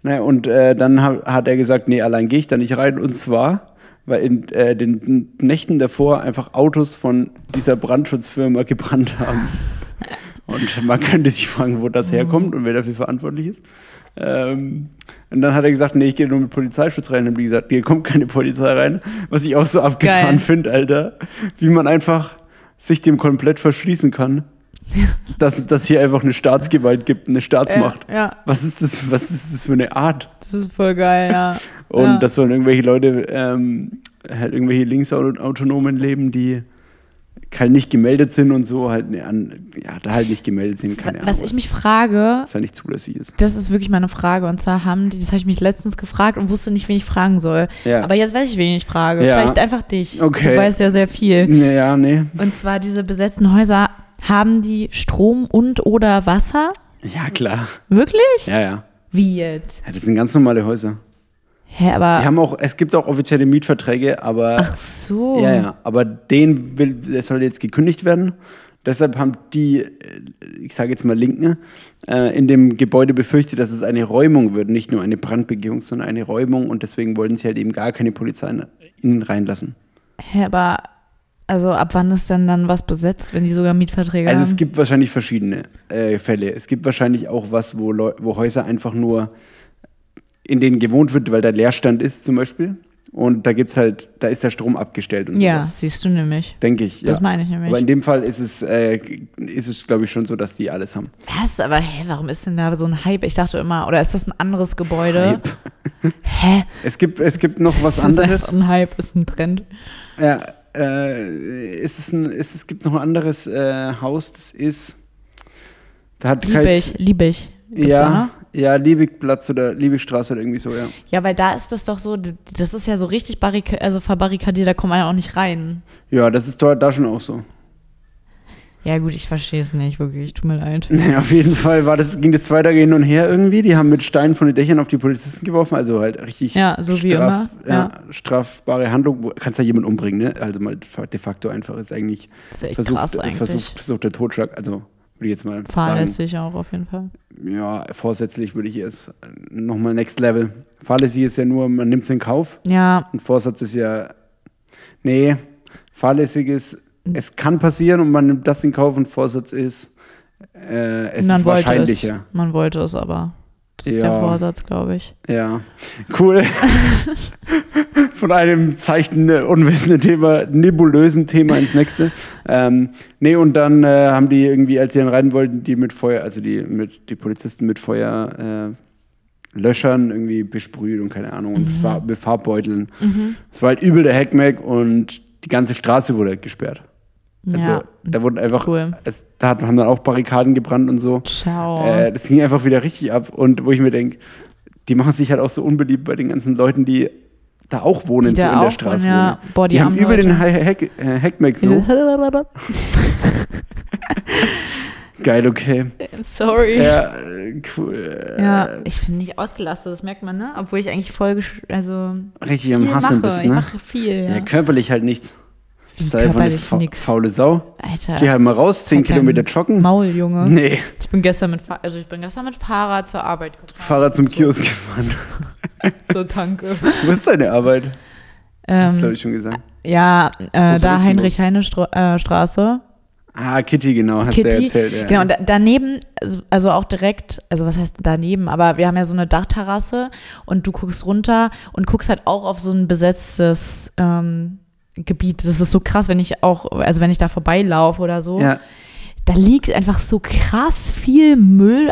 S1: Naja, und äh, dann ha hat er gesagt, nee, allein gehe ich da nicht rein. Und zwar, weil in äh, den Nächten davor einfach Autos von dieser Brandschutzfirma *laughs* gebrannt haben. Und man könnte sich fragen, wo das herkommt und wer dafür verantwortlich ist. Ähm, und dann hat er gesagt, nee, ich gehe nur mit Polizeischutz rein. Dann haben die gesagt, hier kommt keine Polizei rein. Was ich auch so abgefahren
S2: Geil.
S1: finde, Alter. Wie man einfach sich dem komplett verschließen kann. dass dass hier einfach eine Staatsgewalt gibt, eine Staatsmacht.
S2: Ja, Äh, ja.
S1: Was ist das? Was ist das für eine Art?
S2: Das ist voll geil, ja.
S1: *laughs* Und
S2: ja.
S1: das sollen irgendwelche Leute, ähm, halt irgendwelche Linksautonomen leben, die halt nicht gemeldet sind und so halt ne, an, ja, da halt nicht gemeldet sind, keine Ahnung.
S2: Was ich mich frage,
S1: was halt nicht zulässig ist.
S2: das ist wirklich meine Frage. Und zwar haben die, das habe ich mich letztens gefragt und wusste nicht, wen ich fragen soll.
S1: Ja.
S2: Aber jetzt weiß ich, wen ich frage.
S1: Ja.
S2: Vielleicht einfach dich.
S1: Okay.
S2: Du weißt ja sehr viel.
S1: Naja, nee.
S2: Und zwar diese besetzten Häuser, haben die Strom und oder Wasser?
S1: Ja, klar.
S2: Wirklich?
S1: Ja, ja.
S2: Wie jetzt?
S1: ja das sind ganz normale Häuser.
S2: Hä, aber.
S1: Die haben auch, es gibt auch offizielle Mietverträge, aber
S2: ach so.
S1: Ja, ja, aber den will, der soll jetzt gekündigt werden. Deshalb haben die, äh, ich sage jetzt mal Linken, äh, in dem Gebäude befürchtet, dass es eine Räumung wird. Nicht nur eine Brandbegehung, sondern eine Räumung. Und deswegen wollten sie halt eben gar keine Polizei in- innen reinlassen.
S2: Hä, aber. Also ab wann ist denn dann was besetzt, wenn die sogar Mietverträge
S1: Also
S2: haben?
S1: es gibt wahrscheinlich verschiedene äh, Fälle. Es gibt wahrscheinlich auch was, wo, Leu wo Häuser einfach nur in denen gewohnt wird, weil da Leerstand ist zum Beispiel. Und da gibt's halt, da ist der Strom abgestellt und
S2: ja,
S1: sowas.
S2: siehst du nämlich.
S1: Denke ich.
S2: Das
S1: ja.
S2: meine ich nämlich.
S1: Aber in dem Fall ist es, äh, ist es glaube ich, schon so, dass die alles haben.
S2: Was? Aber hä, warum ist denn da so ein Hype? Ich dachte immer, oder ist das ein anderes Gebäude?
S1: Hype.
S2: Hä?
S1: Es gibt, es gibt noch was
S2: *laughs* Das ist einfach
S1: anderes.
S2: ein Hype, ist ein Trend.
S1: Ja, äh, ist es, ist ein, ist, es gibt noch ein anderes äh, Haus, das ist. Da hat
S2: Liebe
S1: Karls-
S2: ich, liebe ich. Gibt's da
S1: Ja,
S2: noch?
S1: ja, Liebigplatz oder Liebigstraße oder irgendwie so, ja.
S2: Ja, weil da ist das doch so, d- das ist ja so richtig barrika also verbarrikadiert, da kommt man ja auch nicht rein.
S1: Ja, das ist dort da schon auch so. *laughs*
S2: Ja gut, ich verstehe es nicht, wirklich, tut mir leid.
S1: Naja, auf jeden Fall war das, ging das zwei Tage hin und her irgendwie. Die haben mit Steinen von den Dächern auf die Polizisten geworfen, also halt richtig
S2: Ja, so wie immer,
S1: Ja, strafbare Handlung. Wo- Kannst ja jemanden umbringen, ne? Also mal de facto einfach ist eigentlich
S2: Das ist echt
S1: versucht, äh,
S2: krass eigentlich.
S1: versucht, versucht der Totschlag, also würde ich jetzt mal sagen.
S2: Fahrlässig auch auf jeden Fall.
S1: Ja, vorsätzlich würde ich es nochmal next level. Fahrlässig ist ja nur, man nimmt es in Kauf
S2: Ja,
S1: und Vorsatz ist ja, nee, fahrlässig ist,
S2: Hm.
S1: es kann passieren und man nimmt das in Kauf und Vorsatz ist, äh, es
S2: man
S1: ist
S2: wollte
S1: wahrscheinlicher.
S2: es. Man wollte es aber. Das ist
S1: Ja.
S2: der Vorsatz, glaube ich.
S1: Ja,
S2: *laughs*
S1: cool. Von einem zeichten, äh, unwissenden Thema, nebulösen Thema ins nächste. Ähm, nee, und dann äh, haben die irgendwie, als sie dann rein wollten, die mit Feuer, also die, mit, die Polizisten mit Feuer. Äh, Löschern irgendwie besprüht und keine Ahnung, und
S2: Mhm.
S1: Befahr Befahrbeuteln. Es war halt übel der Hackmack und die ganze Straße wurde halt gesperrt. Also
S2: ja.
S1: da wurden einfach,
S2: *laughs* Cool.
S1: es, da hat- haben dann auch Barrikaden gebrannt und so.
S2: Ciao.
S1: Äh, das ging einfach wieder richtig ab. Und wo ich mir denke, die machen sich halt auch so unbeliebt bei den ganzen Leuten, die da auch wohnen,
S2: Die
S1: so
S2: da
S1: in der
S2: auch
S1: Straße
S2: wohnen, ja.
S1: wohnen.
S2: Boah,
S1: die
S2: die
S1: haben
S2: armen
S1: über den
S2: Leute.
S1: Ha- Hack, äh, Hackmack so. Geil, okay.
S2: I'm *laughs* sorry.
S1: Ja, äh, cool. Äh,
S2: Ja, ich bin nicht ausgelastet, das merkt man, ne? Obwohl ich eigentlich voll, gesch- also
S1: Richtig
S2: viel
S1: am Hassen
S2: mache.
S1: bist,
S2: Ich
S1: ne?
S2: mache viel, ja.
S1: Ja. körperlich halt nichts.
S2: Wie
S1: Sei einfach eine
S2: körperlich
S1: fa
S2: nix.
S1: faule Sau.
S2: Alter.
S1: Geh halt mal raus, 10
S2: halt dein
S1: Kilometer joggen.
S2: Maul, Junge.
S1: Nee,
S2: Ich bin gestern mit, Fahr also ich bin gestern mit Fahrrad zur Arbeit gefahren.
S1: Fahrrad zum Kiosk gefahren. *laughs*
S2: Zur Tanke.
S1: Wo ist deine Arbeit? Das
S2: ähm,
S1: glaube ich schon gesagt.
S2: ja, äh,
S1: Großer
S2: da
S1: Luxemburg.
S2: äh, Heinrich-Heine-Straße.
S1: Ah, Kitty, genau, hast du ja
S2: Kitty.
S1: erzählt. Ja.
S2: Genau, und da- daneben, also- also auch direkt, also was heißt daneben, aber wir haben ja so eine Dachterrasse und du guckst runter und guckst halt auch auf so ein besetztes ähm, Gebiet. Das ist so krass, wenn ich auch, also wenn ich da vorbeilaufe oder so,
S1: ja.
S2: da liegt einfach so krass viel Müll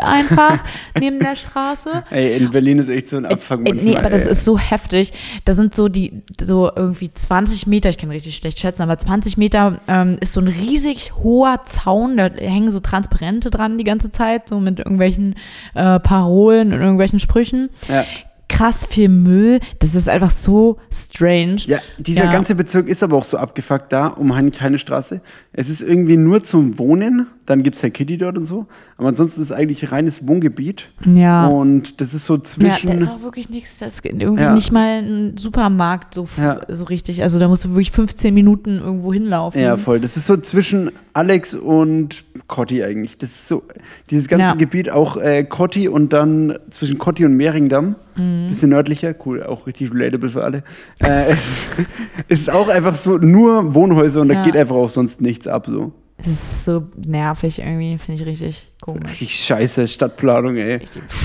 S1: *laughs*
S2: einfach neben der Straße.
S1: Ey, in Berlin ist echt so ein Abfang
S2: Ey, Äh, nee, aber das
S1: ey.
S2: ist so heftig. Da sind so die, so irgendwie 20 Meter, ich kann richtig schlecht schätzen, aber 20 Meter ähm, ist so ein riesig hoher Zaun, da hängen so Transparente dran die ganze Zeit, so mit irgendwelchen äh, Parolen und irgendwelchen Sprüchen.
S1: Ja.
S2: Krass viel Müll, das ist einfach so strange.
S1: Ja, dieser
S2: Ja.
S1: ganze Bezirk ist aber auch so abgefuckt da, um keine Straße. Es ist irgendwie nur zum Wohnen, dann gibt es ja Kitty dort und so. Aber ansonsten ist eigentlich reines Wohngebiet.
S2: Ja.
S1: Und das ist so
S2: Ja, da
S1: zwischen.
S2: ist auch wirklich nichts, das ist irgendwie
S1: Ja.
S2: nicht mal ein Supermarkt so, f-
S1: Ja.
S2: so richtig. Also da musst du wirklich 15 Minuten irgendwo hinlaufen.
S1: Ja, voll. Das ist so zwischen Alex und Cotti eigentlich. Das ist so, dieses ganze
S2: Ja.
S1: Gebiet, auch äh, Cotti und dann zwischen Cotti und Mehringdamm.
S2: Mhm.
S1: Bisschen nördlicher, cool, auch richtig relatable für alle. Äh, *laughs* es ist auch einfach so nur Wohnhäuser und da
S2: Ja.
S1: geht einfach auch sonst nichts ab. So.
S2: Das ist so nervig irgendwie, finde ich richtig komisch.
S1: Richtig scheiße Stadtplanung, ey.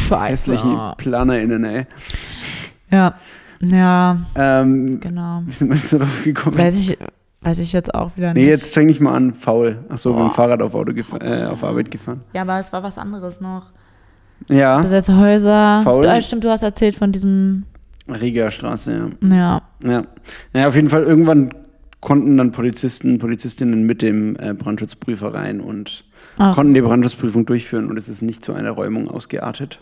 S1: Hässliche
S2: Scheiße.
S1: PlanerInnen, ey.
S2: Ja, ja,
S1: Ähm,
S2: genau.
S1: wie Ähm, sind wir jetzt darauf gekommen?
S2: Weiß ich, Weiß ich jetzt auch wieder nicht.
S1: Nee, jetzt streng dich mal an, faul. Achso, mit dem
S2: Boah.
S1: Fahrrad auf, Auto gef äh, auf Arbeit gefahren.
S2: Ja, aber es war was anderes noch.
S1: Ja,
S2: Besetzte Häuser.
S1: Faul.
S2: Ah, stimmt, du hast erzählt von diesem.
S1: Riga-Straße, ja.
S2: Ja.
S1: Ja. Naja, auf jeden Fall, irgendwann konnten dann Polizisten, Polizistinnen mit dem äh, Brandschutzprüfer rein und
S2: Ach.
S1: konnten die Brandschutzprüfung durchführen und es ist nicht zu einer Räumung ausgeartet.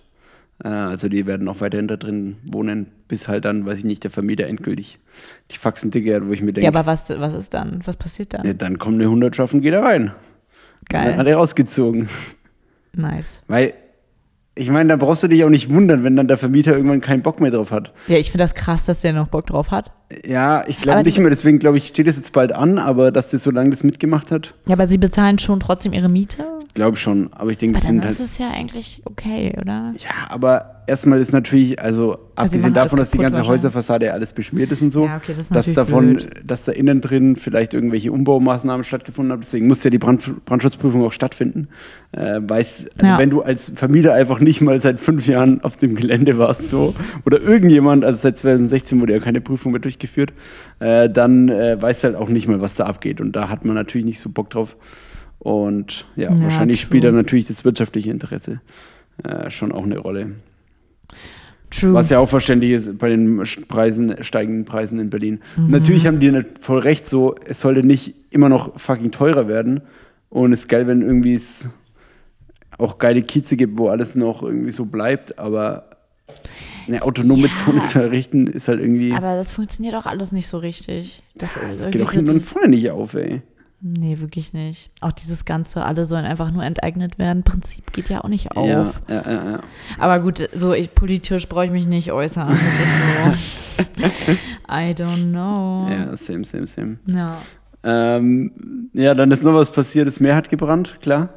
S1: Äh, also die werden auch weiterhin da drin wohnen, bis halt dann, weiß ich nicht, der Vermieter endgültig die Faxen tickert, wo ich mir denke,
S2: Ja,
S1: ja,
S2: aber was, was ist dann? Was passiert dann?
S1: dann kommt eine Hundertschaft und geht da rein. Dann hat
S2: Geil.
S1: er rausgezogen.
S2: Nice.
S1: Weil, ich meine, da brauchst du dich auch nicht wundern, wenn dann der Vermieter irgendwann keinen Bock mehr drauf hat.
S2: Ja, ich finde das krass, dass der noch Bock drauf hat.
S1: Ja, ich glaube
S2: Aber die-
S1: nicht mehr, deswegen glaube ich, steht es jetzt bald an, aber dass das so lange das mitgemacht hat,
S2: Ja, aber sie bezahlen schon trotzdem ihre Miete.
S1: glaube schon. Aber ich denke,
S2: Aber
S1: das
S2: dann
S1: sind
S2: ist
S1: halt.
S2: es ja eigentlich okay, oder?
S1: Ja, aber erstmal ist natürlich, also abgesehen
S2: machen alles
S1: davon, dass die
S2: kaputt
S1: ganze
S2: wahrscheinlich.
S1: Häuserfassade alles beschmiert ist und so,
S2: Ja, okay, das ist
S1: dass
S2: natürlich
S1: davon,
S2: blöd.
S1: dass da innen drin vielleicht irgendwelche Umbaumaßnahmen stattgefunden haben. Deswegen muss ja die Brand, Brandschutzprüfung auch stattfinden. Äh, weiß, also
S2: Ja.
S1: wenn du als Vermieter einfach nicht mal seit fünf Jahren auf dem Gelände warst, so, oder irgendjemand, also seit 2016 wurde ja keine Prüfung mehr durchgeführt, äh, dann äh, weißt du halt auch nicht mal, was da abgeht. Und da hat man natürlich nicht so Bock drauf. Und ja,
S2: Ja,
S1: wahrscheinlich
S2: true.
S1: spielt da natürlich das wirtschaftliche Interesse äh, schon auch eine Rolle.
S2: True.
S1: Was ja auch verständlich ist bei den Sch- Preisen, steigenden Preisen in Berlin.
S2: Mhm.
S1: Natürlich haben die nicht voll recht, so, es sollte nicht immer noch fucking teurer werden. Und es ist geil, wenn irgendwie es auch geile Kieze gibt, wo alles noch irgendwie so bleibt, aber eine autonome
S2: Ja.
S1: Zone zu errichten, ist halt irgendwie.
S2: aber also das funktioniert auch alles nicht so richtig. Das,
S1: Ah,
S2: ist
S1: das geht auch
S2: irgendwie
S1: hinten
S2: so,
S1: und
S2: das,
S1: vorne nicht auf, ey.
S2: Nee, wirklich nicht. Auch dieses Ganze, alle sollen einfach nur enteignet werden. Prinzip geht ja auch nicht auf.
S1: Ja, ja, ja, ja.
S2: Aber gut, so ich, politisch brauche ich mich nicht äußern. Das ist
S1: *laughs*
S2: so. I don't know.
S1: ja, same, same, same.
S2: Ja.
S1: Ähm, ja, dann ist noch was passiert, das Meer hat gebrannt, klar.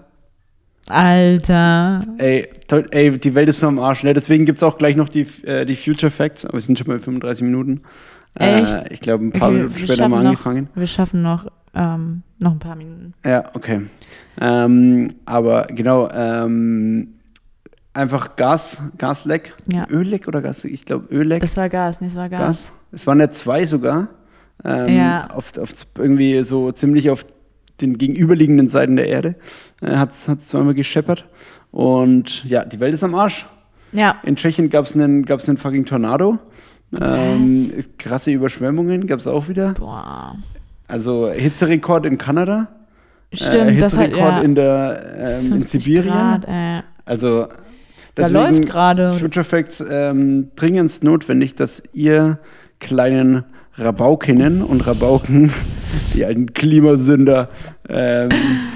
S2: Alter.
S1: Ey, toll, ey, die Welt ist so am Arsch. Ne? Deswegen gibt es auch gleich noch die, äh, die Future Facts. Aber wir sind schon bei 35 Minuten.
S2: Echt?
S1: Äh, ich glaube, ein paar
S2: Okay,
S1: Minuten
S2: wir
S1: später
S2: schaffen
S1: mal
S2: noch-
S1: angefangen.
S2: Wir schaffen noch, ähm, noch ein paar Minuten.
S1: Ja, okay. Ähm, aber genau, ähm, einfach Gas, Gasleck.
S2: Ja.
S1: Ölleck oder Gas? Ich glaube, Ölleck.
S2: Das war Gas, nee, das war Gas.
S1: Gas. Es waren ja zwei sogar. Ähm,
S2: Ja.
S1: auf, auf irgendwie so ziemlich auf den gegenüberliegenden Seiten der Erde äh, hat es zweimal gescheppert. Und ja, die Welt ist am Arsch.
S2: Ja.
S1: In Tschechien gab es einen, gab's einen fucking Tornado. Ähm, krasse Überschwemmungen gab es auch wieder.
S2: Boah.
S1: Also Hitzerekord in Kanada. Äh,
S2: Stimmt, das hat
S1: Hitzerekord
S2: ja
S1: in, der, ähm, in
S2: 50
S1: Sibirien.
S2: Grad, ey.
S1: Also
S2: Da läuft gerade.
S1: Future Facts ähm, dringendst notwendig, dass ihr kleinen Rabaukinnen und Rabauken, *laughs* die alten Klimasünder, ähm,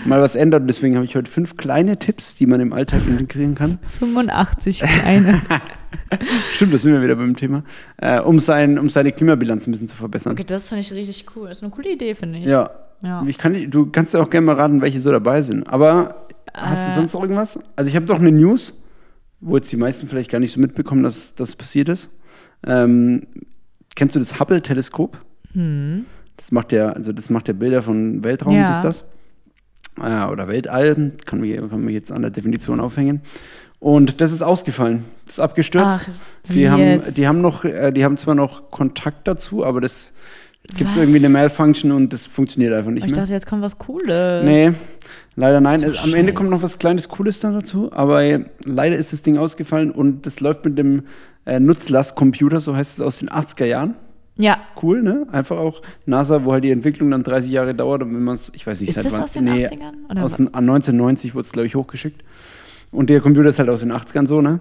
S1: mal was ändert. Und deswegen habe ich heute fünf kleine Tipps, die man im Alltag integrieren kann. *laughs*
S2: 85 kleine.
S1: Stimmt, das sind wir wieder beim Thema. Äh, um, sein, um seine Klimabilanz ein bisschen zu verbessern.
S2: Okay, das finde ich richtig cool. Das ist eine coole Idee, finde ich.
S1: Ja.
S2: Ja.
S1: Ich kann, nicht- du kannst ja auch gerne mal raten, welche so dabei sind. Aber hast du
S2: Äh.
S1: sonst noch irgendwas? Also ich habe doch eine News, wo jetzt die meisten vielleicht gar nicht so mitbekommen, dass das passiert ist. Ähm, kennst du das Hubble-Teleskop?
S2: Hm.
S1: Das macht ja, also das macht ja Bilder von Weltraum,
S2: Ja.
S1: ist das? Äh, oder Weltall, kann mich, kann mich jetzt an der Definition aufhängen. Und das ist ausgefallen, das ist abgestürzt.
S2: Ach,
S1: Die
S2: wie
S1: haben,
S2: jetzt?
S1: die haben noch, äh, die haben zwar noch Kontakt dazu, aber das gibt es
S2: Was?
S1: irgendwie eine Malfunction und das funktioniert einfach nicht
S2: Ich
S1: mehr.
S2: dachte, jetzt kommt was Cooles.
S1: Nee, leider nein.
S2: So
S1: Es- Am Ende
S2: scheiß.
S1: kommt noch was kleines Cooles dann dazu, aber äh, leider ist das Ding ausgefallen und das läuft mit dem äh, Nutzlastcomputer, so heißt es aus den 80er Jahren.
S2: Ja.
S1: Cool, ne? Einfach auch NASA, wo halt die Entwicklung dann 30 Jahre dauert und wenn man es, ich weiß nicht,
S2: Ist
S1: seit
S2: das
S1: wann.
S2: aus den 80ern? Oder
S1: halt aus den, an 1990 wurde es, glaube ich, hochgeschickt. Und der Computer ist halt aus den 80ern so, ne?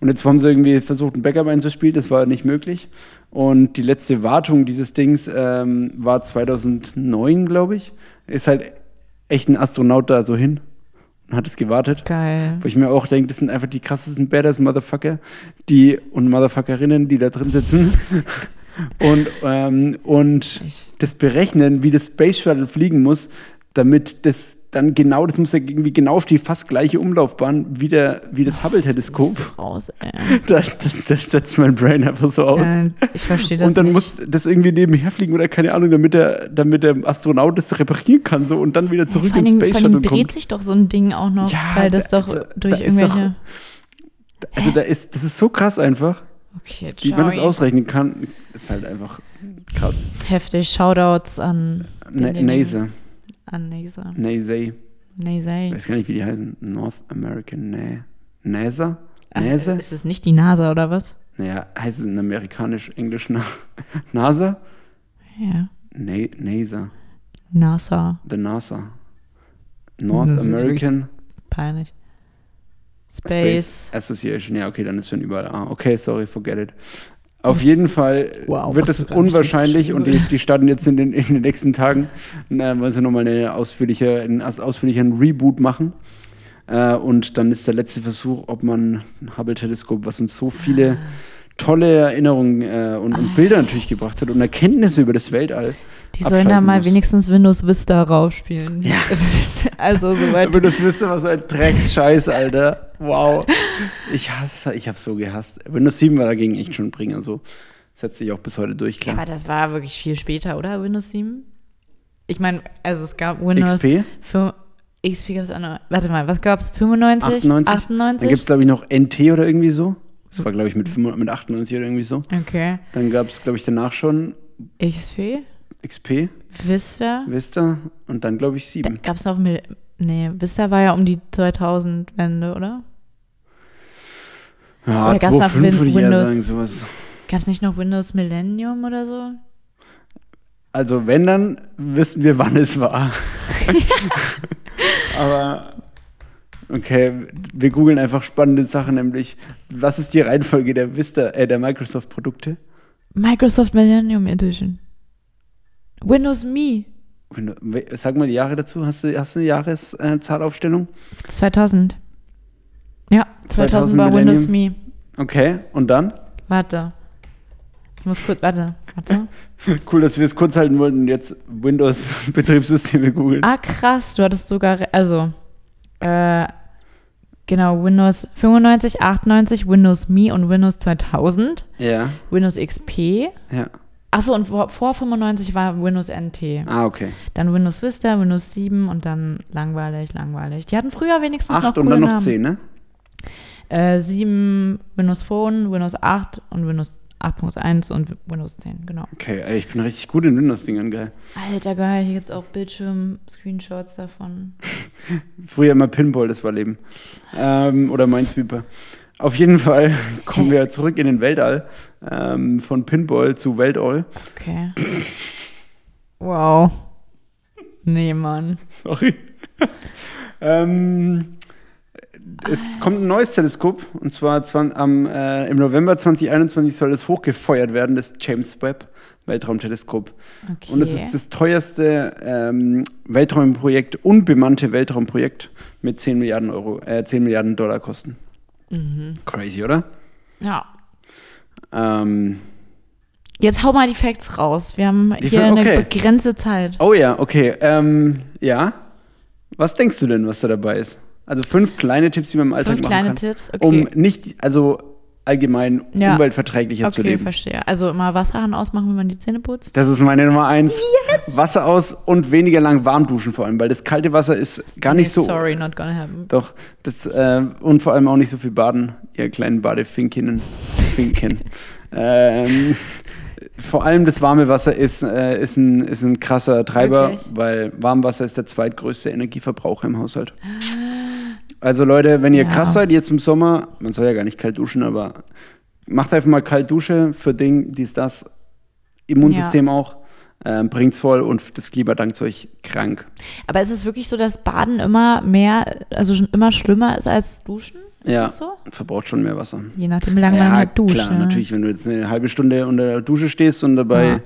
S1: Und jetzt haben sie irgendwie versucht, ein Backup einzuspielen, das war nicht möglich. Und die letzte Wartung dieses Dings ähm, war 2009, glaube ich. Ist halt echt ein Astronaut da so hin und hat es gewartet.
S2: Geil.
S1: Wo ich mir auch denke, das sind einfach die krassesten Badass Motherfucker, die und Motherfuckerinnen, die da drin sitzen. *laughs* und, ähm, und
S2: Ich,
S1: das berechnen, wie das Space Shuttle fliegen muss, damit das dann genau, das muss ja irgendwie genau auf die fast gleiche Umlaufbahn wie, der, wie das Hubble-Teleskop.
S2: raus, ey.
S1: *laughs* Da, das, das stürzt mein Brain einfach so aus.
S2: Äh, ich verstehe das
S1: Und dann
S2: nicht.
S1: muss das irgendwie nebenher fliegen oder keine Ahnung, damit der, damit der Astronaut das reparieren kann so und dann wieder zurück
S2: Vor allen
S1: ins
S2: Dingen,
S1: Space
S2: vor allen
S1: Shuttle
S2: Dingen dreht
S1: kommt.
S2: sich doch so ein Ding auch noch,
S1: Ja,
S2: weil das
S1: da-
S2: doch
S1: also,
S2: durch
S1: da ist doch-
S2: irgendwelche.
S1: Also da ist, das ist so krass einfach.
S2: okay,
S1: Wie man das
S2: ciao.
S1: ausrechnen kann, ist halt einfach krass.
S2: Heftig. Shoutouts an
S1: Ne- Nase.
S2: An Nase.
S1: Nase. Ich
S2: Nase.
S1: weiß gar nicht, wie die heißen. North American Nä. NASA?
S2: Ach,
S1: Nase?
S2: Ist es nicht die NASA oder was?
S1: Naja, heißt es in amerikanisch-englisch Na *laughs* NASA?
S2: Ja.
S1: Na NASA.
S2: NASA.
S1: The NASA. North
S2: Das ist jetzt
S1: American
S2: Peinlich.
S1: Space.
S2: Space.
S1: Association. Ja, okay, dann ist schon überall A. Okay, sorry, forget it. Auf jeden Fall
S2: Wow,
S1: wird es
S2: was du gerade nicht
S1: unwahrscheinlich und die,
S2: geschrieben
S1: die starten jetzt in den, in den nächsten Tagen, äh, wollen sie nochmal eine ausführliche, einen aus- ausführlicheren Reboot machen. Äh, und dann ist der letzte Versuch, ob man ein Hubble-Teleskop, was uns so
S2: Ah.
S1: viele tolle Erinnerungen äh, und, und Bilder natürlich gebracht hat und Erkenntnisse über das Weltall.
S2: Die sollen da
S1: abschalten
S2: mal
S1: muss.
S2: wenigstens Windows Vista raufspielen. Ja. *laughs* also soweit.
S1: Wenn du das wüsste, was ein Drecksscheiß, Alter. Wow. Ich hasse, ich habe so gehasst. Windows 7 war dagegen echt schon ein Bringer, so. Setzt sich auch bis heute durch,
S2: Ja,
S1: klar.
S2: aber das war wirklich viel später, oder? Windows 7? Ich meine, also es gab Windows.
S1: XP?
S2: Für, XP gab es auch noch. Warte mal, was gab es?
S1: 98?
S2: 95?
S1: Dann gibt es,
S2: 98?
S1: glaube ich, noch NT oder irgendwie so. Das war, glaube ich, mit, 95 mit 98 oder irgendwie so.
S2: Okay.
S1: Dann gab es, glaube ich, danach schon
S2: XP?
S1: XP, Hm.
S2: Vista?
S1: Vista und dann, glaube ich,
S2: Da
S1: 7.
S2: gab es noch. Mil nee, Vista war ja um die 2000-Wende, oder?
S1: Ja,
S2: Oder gab's noch
S1: 2.5 würde ich eher
S2: Windows?
S1: sagen, sowas.
S2: Gab es nicht noch Windows Millennium oder so?
S1: Also wenn, dann wissen wir, wann es
S2: *laughs*
S1: war. Aber okay, wir googeln einfach spannende Sachen, nämlich was ist die Reihenfolge der Vista, äh, der Microsoft-Produkte?
S2: Microsoft Millennium Edition. Windows Me.
S1: Wenn du- we- Sag mal die Jahre dazu. Hast du, hast du eine Jahreszahlaufstellung?
S2: 2000. Ja, 2000 war
S1: 2000
S2: Windows Me.
S1: Okay, und
S2: *laughs*
S1: dann?
S2: Warte. Ich muss kurz, warte, warte.
S1: Cool, dass wir es kurz halten wollten und jetzt *laughs* Windows-Betriebssysteme googeln.
S2: Ah, krass, du hattest sogar, re- also, äh, genau, Windows 95, 98, Windows Me und Windows 2000,
S1: Ja,
S2: Windows XP.
S1: ja.
S2: Achso, und vor, vor 95 war Windows NT.
S1: Ah, okay.
S2: Dann Windows Vista, Windows 7 und dann langweilig, langweilig. Die hatten früher wenigstens noch
S1: Acht
S2: coole
S1: und dann noch
S2: Namen.
S1: zehn, ne?
S2: Äh, 7 Windows Phone, Windows 8 und Windows 8.1 und Windows 10, genau.
S1: Okay, ey, ich bin richtig gut in Windows-Dingern, geil.
S2: Alter, geil, hier gibt's auch Bildschirm-Screenshots davon.
S1: Früher immer Pinball, das war Leben. Ähm, oder Minesweeper. Auf jeden Fall *laughs* kommen wir zurück in den Weltall. Ähm, von Pinball zu Weltall.
S2: Okay. *coughs* Wow. Nee, Mann.
S1: Sorry. *laughs* ähm, es kommt ein neues Teleskop. Und zwar zwan- am, äh, im November 2021 soll es hochgefeuert werden, das James Webb Weltraumteleskop.
S2: Okay.
S1: Und es ist das teuerste ähm, Weltraumprojekt, unbemannte Weltraumprojekt mit 10 Milliarden Euro, äh, 10 Milliarden Dollar Kosten. Crazy, oder?
S2: ja.
S1: Ähm,
S2: Jetzt hau mal die Facts raus. Wir haben
S1: Die
S2: hier
S1: Fa- okay.
S2: eine begrenzte Zeit.
S1: oh ja, okay. Ähm, ja. Was denkst du denn, was da dabei ist? Also fünf kleine Tipps, die man im Alltag
S2: Fünf
S1: machen
S2: kleine
S1: kann.
S2: Tipps. Okay.
S1: Um nicht, also allgemein
S2: Ja.
S1: umweltverträglicher zu
S2: okay,
S1: leben.
S2: verstehe. Also immer Wasserhahn ausmachen, wenn man die Zähne putzt.
S1: Das ist meine Nummer eins. Wasser aus und weniger lang warm duschen vor allem, weil das kalte Wasser ist gar nicht so.
S2: Sorry, not gonna happen.
S1: Doch, das, äh, und vor allem auch nicht so viel baden, ihr kleinen Badefinkinnen.
S2: *laughs*
S1: Finken. ähm, vor allem das warme Wasser ist, äh, ist, ein, ist ein krasser Treiber,
S2: Wirklich?
S1: weil Warmwasser ist der zweitgrößte Energieverbraucher im Haushalt. Also Leute, wenn ihr
S2: Ah. Ja.
S1: krass seid jetzt im Sommer, man soll ja gar nicht kalt duschen, aber macht einfach mal kalt Dusche für Ding, dies, das, Immunsystem auch. Ähm, bringt's voll und das Klima dankt euch krank.
S2: Aber ist es wirklich so, dass Baden immer mehr, also schon immer schlimmer ist als Duschen? Ist
S1: Ja.
S2: es so?
S1: Verbraucht schon mehr Wasser.
S2: Je nachdem, wie lange man halt duscht.
S1: klar,
S2: ne?
S1: natürlich, wenn du jetzt eine halbe Stunde unter der Dusche stehst und dabei
S2: Ja.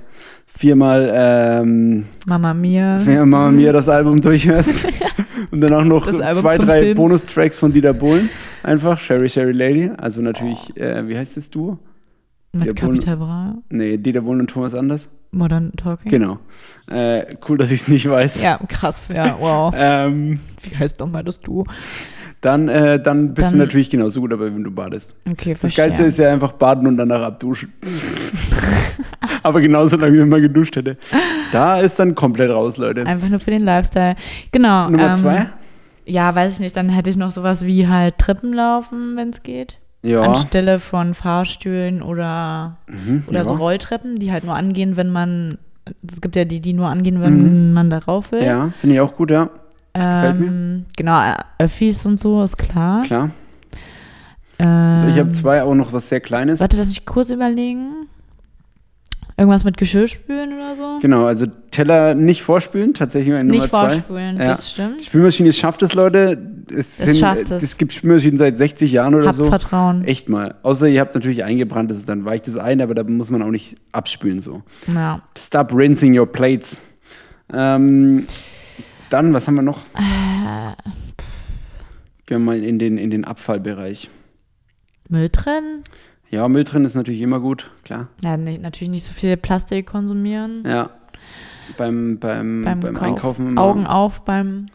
S1: viermal ähm,
S2: Mama Mia.
S1: viermal mir das Album
S2: *laughs*
S1: durchhörst und danach noch
S2: Das Album
S1: zwei,
S2: zum
S1: drei
S2: Film.
S1: Bonustracks von Dieter Bohlen.
S2: *laughs*
S1: Einfach Sherry Sherry Lady, also natürlich,
S2: Oh.
S1: äh, wie heißt das Duo?
S2: Mit
S1: Dieter Bohlen.
S2: Capital Bra.
S1: Nee, Dieter Bohlen und Thomas Anders.
S2: Modern Talking.
S1: Genau. Äh, cool, dass ich es nicht weiß.
S2: Ja, krass,
S1: *laughs*
S2: ja, wow.
S1: Ähm,
S2: Wie heißt nochmal das Du?
S1: dann, äh, dann bist du
S2: Dann-
S1: natürlich genauso gut dabei, wenn du badest.
S2: Okay,
S1: Das
S2: verstehe.
S1: Geilste ist ja einfach baden und danach
S2: *laughs*
S1: abduschen. Aber genauso lange, wie man geduscht hätte. Da ist dann komplett raus, Leute.
S2: Einfach nur für den Lifestyle. Genau.
S1: Nummer
S2: ähm,
S1: zwei?
S2: Ja, weiß ich nicht. Dann hätte ich noch sowas wie halt Treppen laufen, wenn es geht.
S1: Ja.
S2: Anstelle von Fahrstühlen oder,
S1: Mhm,
S2: oder
S1: ja.
S2: so Rolltreppen, die halt nur angehen, wenn man es gibt ja die, die nur angehen, wenn man darauf will.
S1: Mhm. Ja, finde ich auch gut, ja. gefällt mir.
S2: ähm, genau, Öffis und so, ist klar.
S1: Klar.
S2: Ähm,
S1: Also ich habe zwei, auch noch was sehr Kleines.
S2: Warte, lass mich kurz überlegen. Irgendwas mit Geschirrspülen oder so?
S1: Genau, also Teller nicht vorspülen, tatsächlich meine
S2: Nicht
S1: Nummer zwei.
S2: vorspülen,
S1: Ja.
S2: das stimmt.
S1: Spülmaschine, es schafft es, Leute. Es,
S2: Es
S1: sind,
S2: schafft es.
S1: es gibt Spülmaschinen seit 60 Jahren oder
S2: Habt
S1: so.
S2: Vertrauen.
S1: Echt mal. Außer ihr habt natürlich eingebrannt, das ist, dann weicht es ein, aber da muss man auch nicht abspülen so.
S2: ja.
S1: Stop rinsing your plates. Ähm, dann, was haben wir noch?
S2: Äh,
S1: Gehen wir mal in den, in den Abfallbereich.
S2: Müll trennen?
S1: Ja, Müll drin ist natürlich immer gut, klar.
S2: Ja, nee, natürlich nicht so viel Plastik konsumieren.
S1: Ja. Beim, beim, beim,
S2: Kauf.
S1: Einkaufen immer
S2: Augen auf beim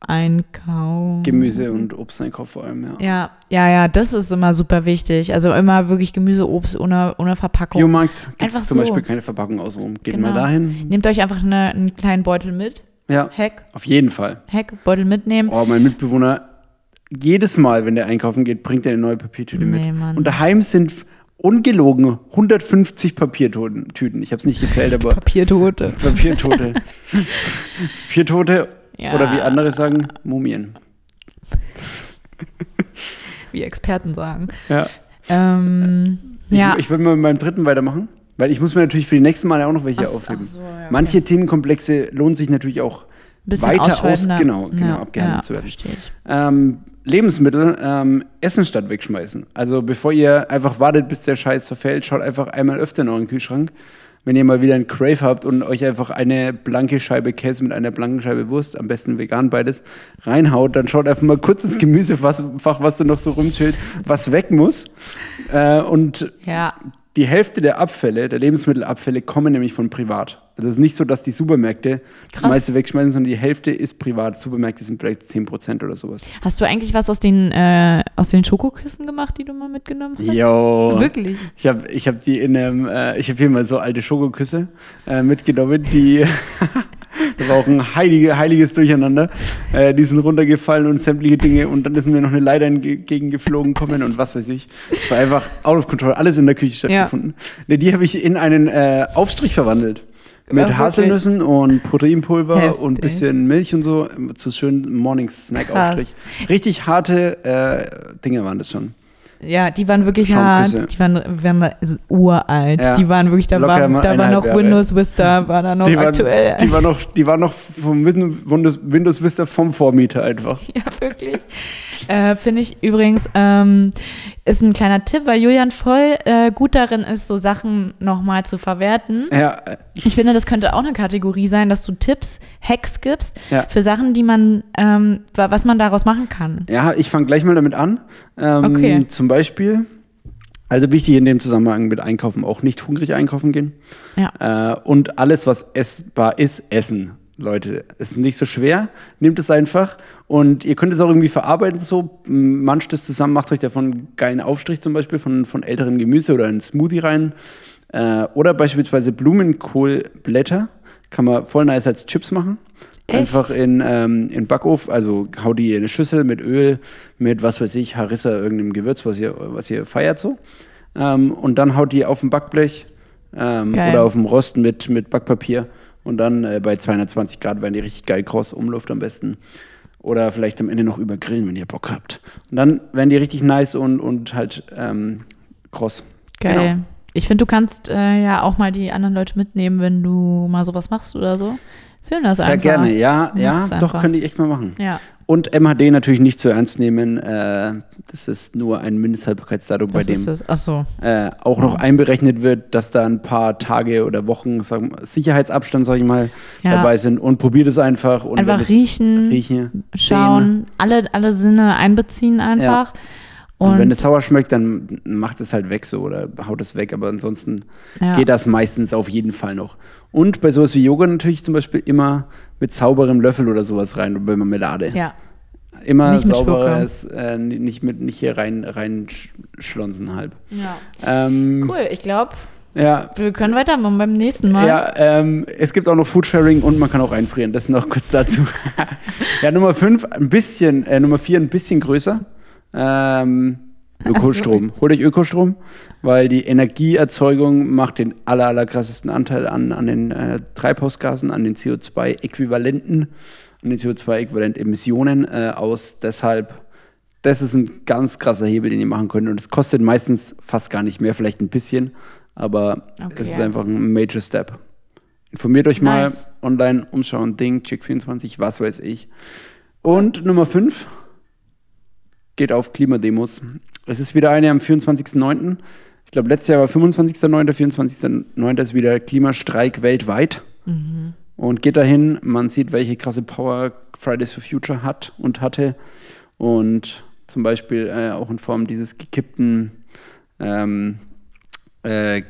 S2: Einkaufen.
S1: Gemüse und Obsteinkauf vor allem, ja.
S2: mhm. Ja, ja, ja, das ist immer super wichtig. Also immer wirklich Gemüse, Obst ohne, ohne Verpackung.
S1: Biomarkt gibt
S2: Einfach
S1: es zum
S2: so.
S1: Beispiel keine Verpackung außenrum. Geht mal
S2: Genau.
S1: dahin.
S2: Nehmt euch einfach eine, einen kleinen Beutel mit.
S1: Ja,
S2: Heck,
S1: auf jeden Fall.
S2: Heck, Beutel mitnehmen.
S1: Oh, mein Mitbewohner, jedes Mal, wenn der einkaufen geht, bringt er eine neue Papiertüte
S2: Nee,
S1: mit.
S2: Mann.
S1: Und daheim sind f- ungelogen 150 Papiertoten. Tüten. Ich habe es nicht
S2: *laughs*
S1: gezählt, aber *laughs*
S2: Papiertote. *laughs*
S1: Papiertote. Papiertote
S2: Ja.
S1: oder wie andere sagen, Mumien.
S2: Wie Experten sagen.
S1: Ja.
S2: Ähm, ja.
S1: Ich, ich will mal mit meinem dritten weitermachen, weil ich muss mir natürlich für die nächsten Male auch noch welche
S2: Ach-
S1: aufheben.
S2: ach so, ja, okay.
S1: Manche Themenkomplexe lohnen sich natürlich auch
S2: bisschen
S1: weiter aus,
S2: ausschweifender.
S1: genau, genau,
S2: ja,
S1: abgehandelt
S2: ja,
S1: zu werden.
S2: Verstehe ich.
S1: Ähm, Lebensmittel, ähm, Essen statt wegschmeißen. Also bevor ihr einfach wartet, bis der Scheiß verfällt, schaut einfach einmal öfter in euren Kühlschrank. Wenn ihr mal wieder einen Crave habt und euch einfach eine blanke Scheibe Käse mit einer blanken Scheibe Wurst, am besten vegan beides, reinhaut, dann schaut einfach mal kurz ins Gemüsefach, was da noch so rumchillt, was weg muss. Äh, und
S2: Ja,
S1: die Hälfte der Abfälle, der Lebensmittelabfälle, kommen nämlich von privat. Also es ist nicht so, dass die Supermärkte das
S2: Krass.
S1: meiste wegschmeißen, sondern die Hälfte ist privat. Supermärkte sind vielleicht 10% oder sowas.
S2: Hast du eigentlich was aus den, äh, aus den Schokoküssen gemacht, die du mal mitgenommen hast?
S1: Yo.
S2: Wirklich?
S1: Ich habe ich hab die in einem, äh, ich habe hier mal so alte Schokoküsse äh, mitgenommen, die *laughs* das war auch ein heilige, heiliges Durcheinander. Äh, die sind runtergefallen und sämtliche Dinge und dann ist mir noch eine Leiter entgegengeflogen kommen und was weiß ich. Es war einfach out of control, alles in der Küche stattgefunden. Ne, die habe ich in einen äh, Aufstrich verwandelt. Mit
S2: Ja, wirklich?
S1: Haselnüssen und Proteinpulver
S2: Oh, Heftig.
S1: und ein bisschen Milch und so ähm, zu schönen Morning-Snack-Aufstrich. Richtig harte äh, Dinge waren das schon.
S2: Ja, die waren wirklich
S1: Schaumküsse.
S2: hart. Die waren, waren uralt.
S1: Ja.
S2: Die waren wirklich, da
S1: Locker
S2: war,
S1: mal
S2: da war
S1: eineinhalb
S2: noch
S1: Jahre.
S2: Windows Vista, war da noch
S1: die waren,
S2: aktuell. *laughs*
S1: Die war noch, die war noch vom Win- Windows, Windows Vista vom Vormieter einfach.
S2: ja, wirklich. äh, Finde ich übrigens, ähm, ist ein kleiner Tipp, weil Julian voll äh, gut darin ist, so Sachen nochmal zu verwerten.
S1: Ja, äh,
S2: Ich finde, das könnte auch eine Kategorie sein, dass du Tipps, Hacks gibst
S1: Ja.
S2: für Sachen, die man, ähm, wa- was man daraus machen kann.
S1: ja ich fange gleich mal damit an. Ähm,
S2: Okay.
S1: Zum Beispiel, also wichtig in dem Zusammenhang mit Einkaufen auch nicht hungrig einkaufen gehen.
S2: Ja.
S1: Äh, und alles, was essbar ist, essen. Leute, es ist nicht so schwer, nehmt es einfach und ihr könnt es auch irgendwie verarbeiten so, M- manscht es zusammen, macht euch davon einen geilen Aufstrich zum Beispiel von, von älteren Gemüse oder einen Smoothie rein äh, oder beispielsweise Blumenkohlblätter, kann man voll nice als Chips machen.
S2: Echt?
S1: Einfach in, ähm, in Backofen, also haut ihr in eine Schüssel mit Öl, mit was weiß ich, Harissa, irgendeinem Gewürz, was ihr, was ihr feiert so ähm, und dann haut die auf dem Backblech ähm,
S2: Geil.
S1: oder auf dem Rost mit, mit Backpapier und dann äh, bei 220 Grad werden die richtig geil kross, Umluft am besten. Oder vielleicht am Ende noch übergrillen, wenn ihr Bock habt. Und dann werden die richtig nice und, und halt ähm, kross.
S2: Geil.
S1: Genau.
S2: Ich finde, du kannst äh, ja auch mal die anderen Leute mitnehmen, wenn du mal sowas machst oder so. Film das
S1: Sehr
S2: Also einfach.
S1: gerne, ja,
S2: Mach's
S1: ja, doch,
S2: einfach.
S1: könnte ich echt mal machen.
S2: Ja,
S1: Und MHD natürlich nicht zu ernst nehmen. Äh, das ist nur ein Mindesthaltbarkeitsdatum, bei
S2: das
S1: dem
S2: ist es. Ach so.
S1: äh, auch noch einberechnet wird, dass da ein paar Tage oder Wochen sagen wir, Sicherheitsabstand, sag ich mal,
S2: Ja.
S1: dabei sind und probiert es einfach. Und
S2: Einfach
S1: wenn es-
S2: riechen,
S1: riechen, sehen.
S2: Schauen, alle, alle Sinne einbeziehen einfach.
S1: Und,
S2: Und,
S1: wenn es sauer schmeckt, dann macht es halt weg so oder haut es weg. Aber ansonsten
S2: Ja.
S1: geht das meistens auf jeden Fall noch. Und bei sowas wie Yoga natürlich zum Beispiel immer mit sauberem Löffel oder sowas rein oder bei Marmelade.
S2: ja,
S1: Immer
S2: Nicht mit
S1: sauberes, äh, nicht mit nicht hier rein, rein sch- schlonsen halb.
S2: ja.
S1: Ähm,
S2: Cool, ich glaube,
S1: Ja,
S2: wir können weitermachen beim nächsten Mal.
S1: Ja, ähm, es gibt auch noch Foodsharing und man kann auch einfrieren. Das noch kurz dazu. *laughs* ja, Nummer fünf ein bisschen, äh, Nummer vier ein bisschen größer. Ähm, Ökostrom. Hol euch Ökostrom, weil die Energieerzeugung macht den aller, aller krassesten Anteil an, an den äh, Treibhausgasen, an den CO2-Äquivalenten, an den CO2-Äquivalent-Emissionen äh, aus. Deshalb, das ist ein ganz krasser Hebel, den ihr machen könnt. Und es kostet meistens fast gar nicht mehr, vielleicht ein bisschen, aber
S2: Okay.
S1: es ist einfach ein Major Step. Informiert euch mal
S2: Nice.
S1: online, umschauen, Ding, Chick24, was weiß ich. Und Nummer 5 geht auf Klimademos. Es ist wieder eine am 24.09. Ich glaube, letztes Jahr war 25.09., 24.09. ist wieder Klimastreik weltweit. Und geht dahin, man sieht, welche krasse Power Fridays for Future hat und hatte. Und zum Beispiel äh, auch in Form dieses gekippten ähm, äh,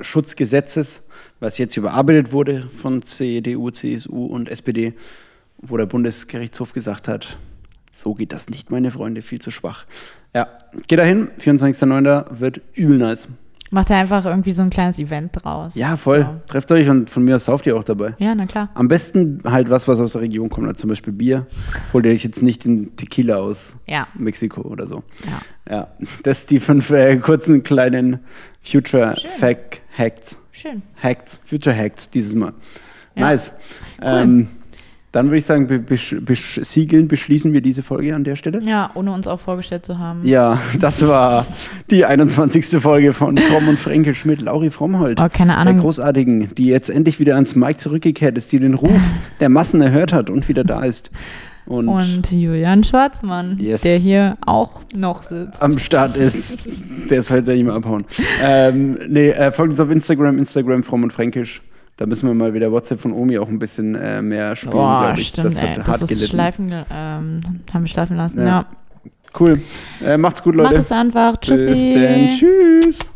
S1: Klimaschutzgesetzes, was jetzt überarbeitet wurde von E CDU, CSU und SPD, wo der Bundesgerichtshof gesagt hat, so geht das nicht, meine Freunde, viel zu schwach. Ja, geh dahin, 24.09. wird übel nice.
S2: Macht er einfach irgendwie so ein kleines Event draus.
S1: Ja, voll.
S2: So.
S1: Trefft euch und von mir aus sauft ihr auch dabei.
S2: Ja, na klar.
S1: Am besten halt was, was aus der Region kommt, also zum Beispiel Bier. Holt ihr euch jetzt nicht den Tequila aus
S2: Ja.
S1: Mexiko oder so.
S2: ja.
S1: Ja, *laughs* das sind die fünf äh, kurzen kleinen Future
S2: Schön.
S1: Fact Hacks.
S2: Schön.
S1: Hacked, Future Hacked dieses Mal.
S2: Ja.
S1: Nice. Ähm, dann würde ich sagen, be besch besiegeln, beschließen wir diese Folge an der Stelle.
S2: Ja, ohne uns auch vorgestellt zu haben.
S1: Ja, *laughs* das war die 21. Folge von Fromm und Fränkisch mit Lauri Frommhold.
S2: Oh, keine
S1: Der
S2: Ahnung.
S1: Großartigen, die jetzt endlich wieder ans Mike zurückgekehrt ist, die den Ruf der Massen erhört hat und wieder da ist. Und,
S2: Und Julian Schwarzmann,
S1: Yes.
S2: der hier auch noch sitzt.
S1: am Start
S2: *laughs*
S1: ist, der sollte ihm abhauen. Ähm, nee, äh, folgt uns auf Instagram, Instagram Fromm und Fränkisch. Da müssen wir mal wieder WhatsApp von Omi auch ein bisschen äh, mehr spielen,
S2: Boah,
S1: glaub ich.
S2: stimmt,
S1: das hat
S2: ey.
S1: hart
S2: das ist
S1: gelitten.
S2: schleifen, ge- ähm, haben wir schleifen lassen.
S1: Ja.
S2: Ja.
S1: Cool. Äh, macht's gut, Leute.
S2: Macht es einfach. Tschüssi.
S1: Bis dann. Tschüss.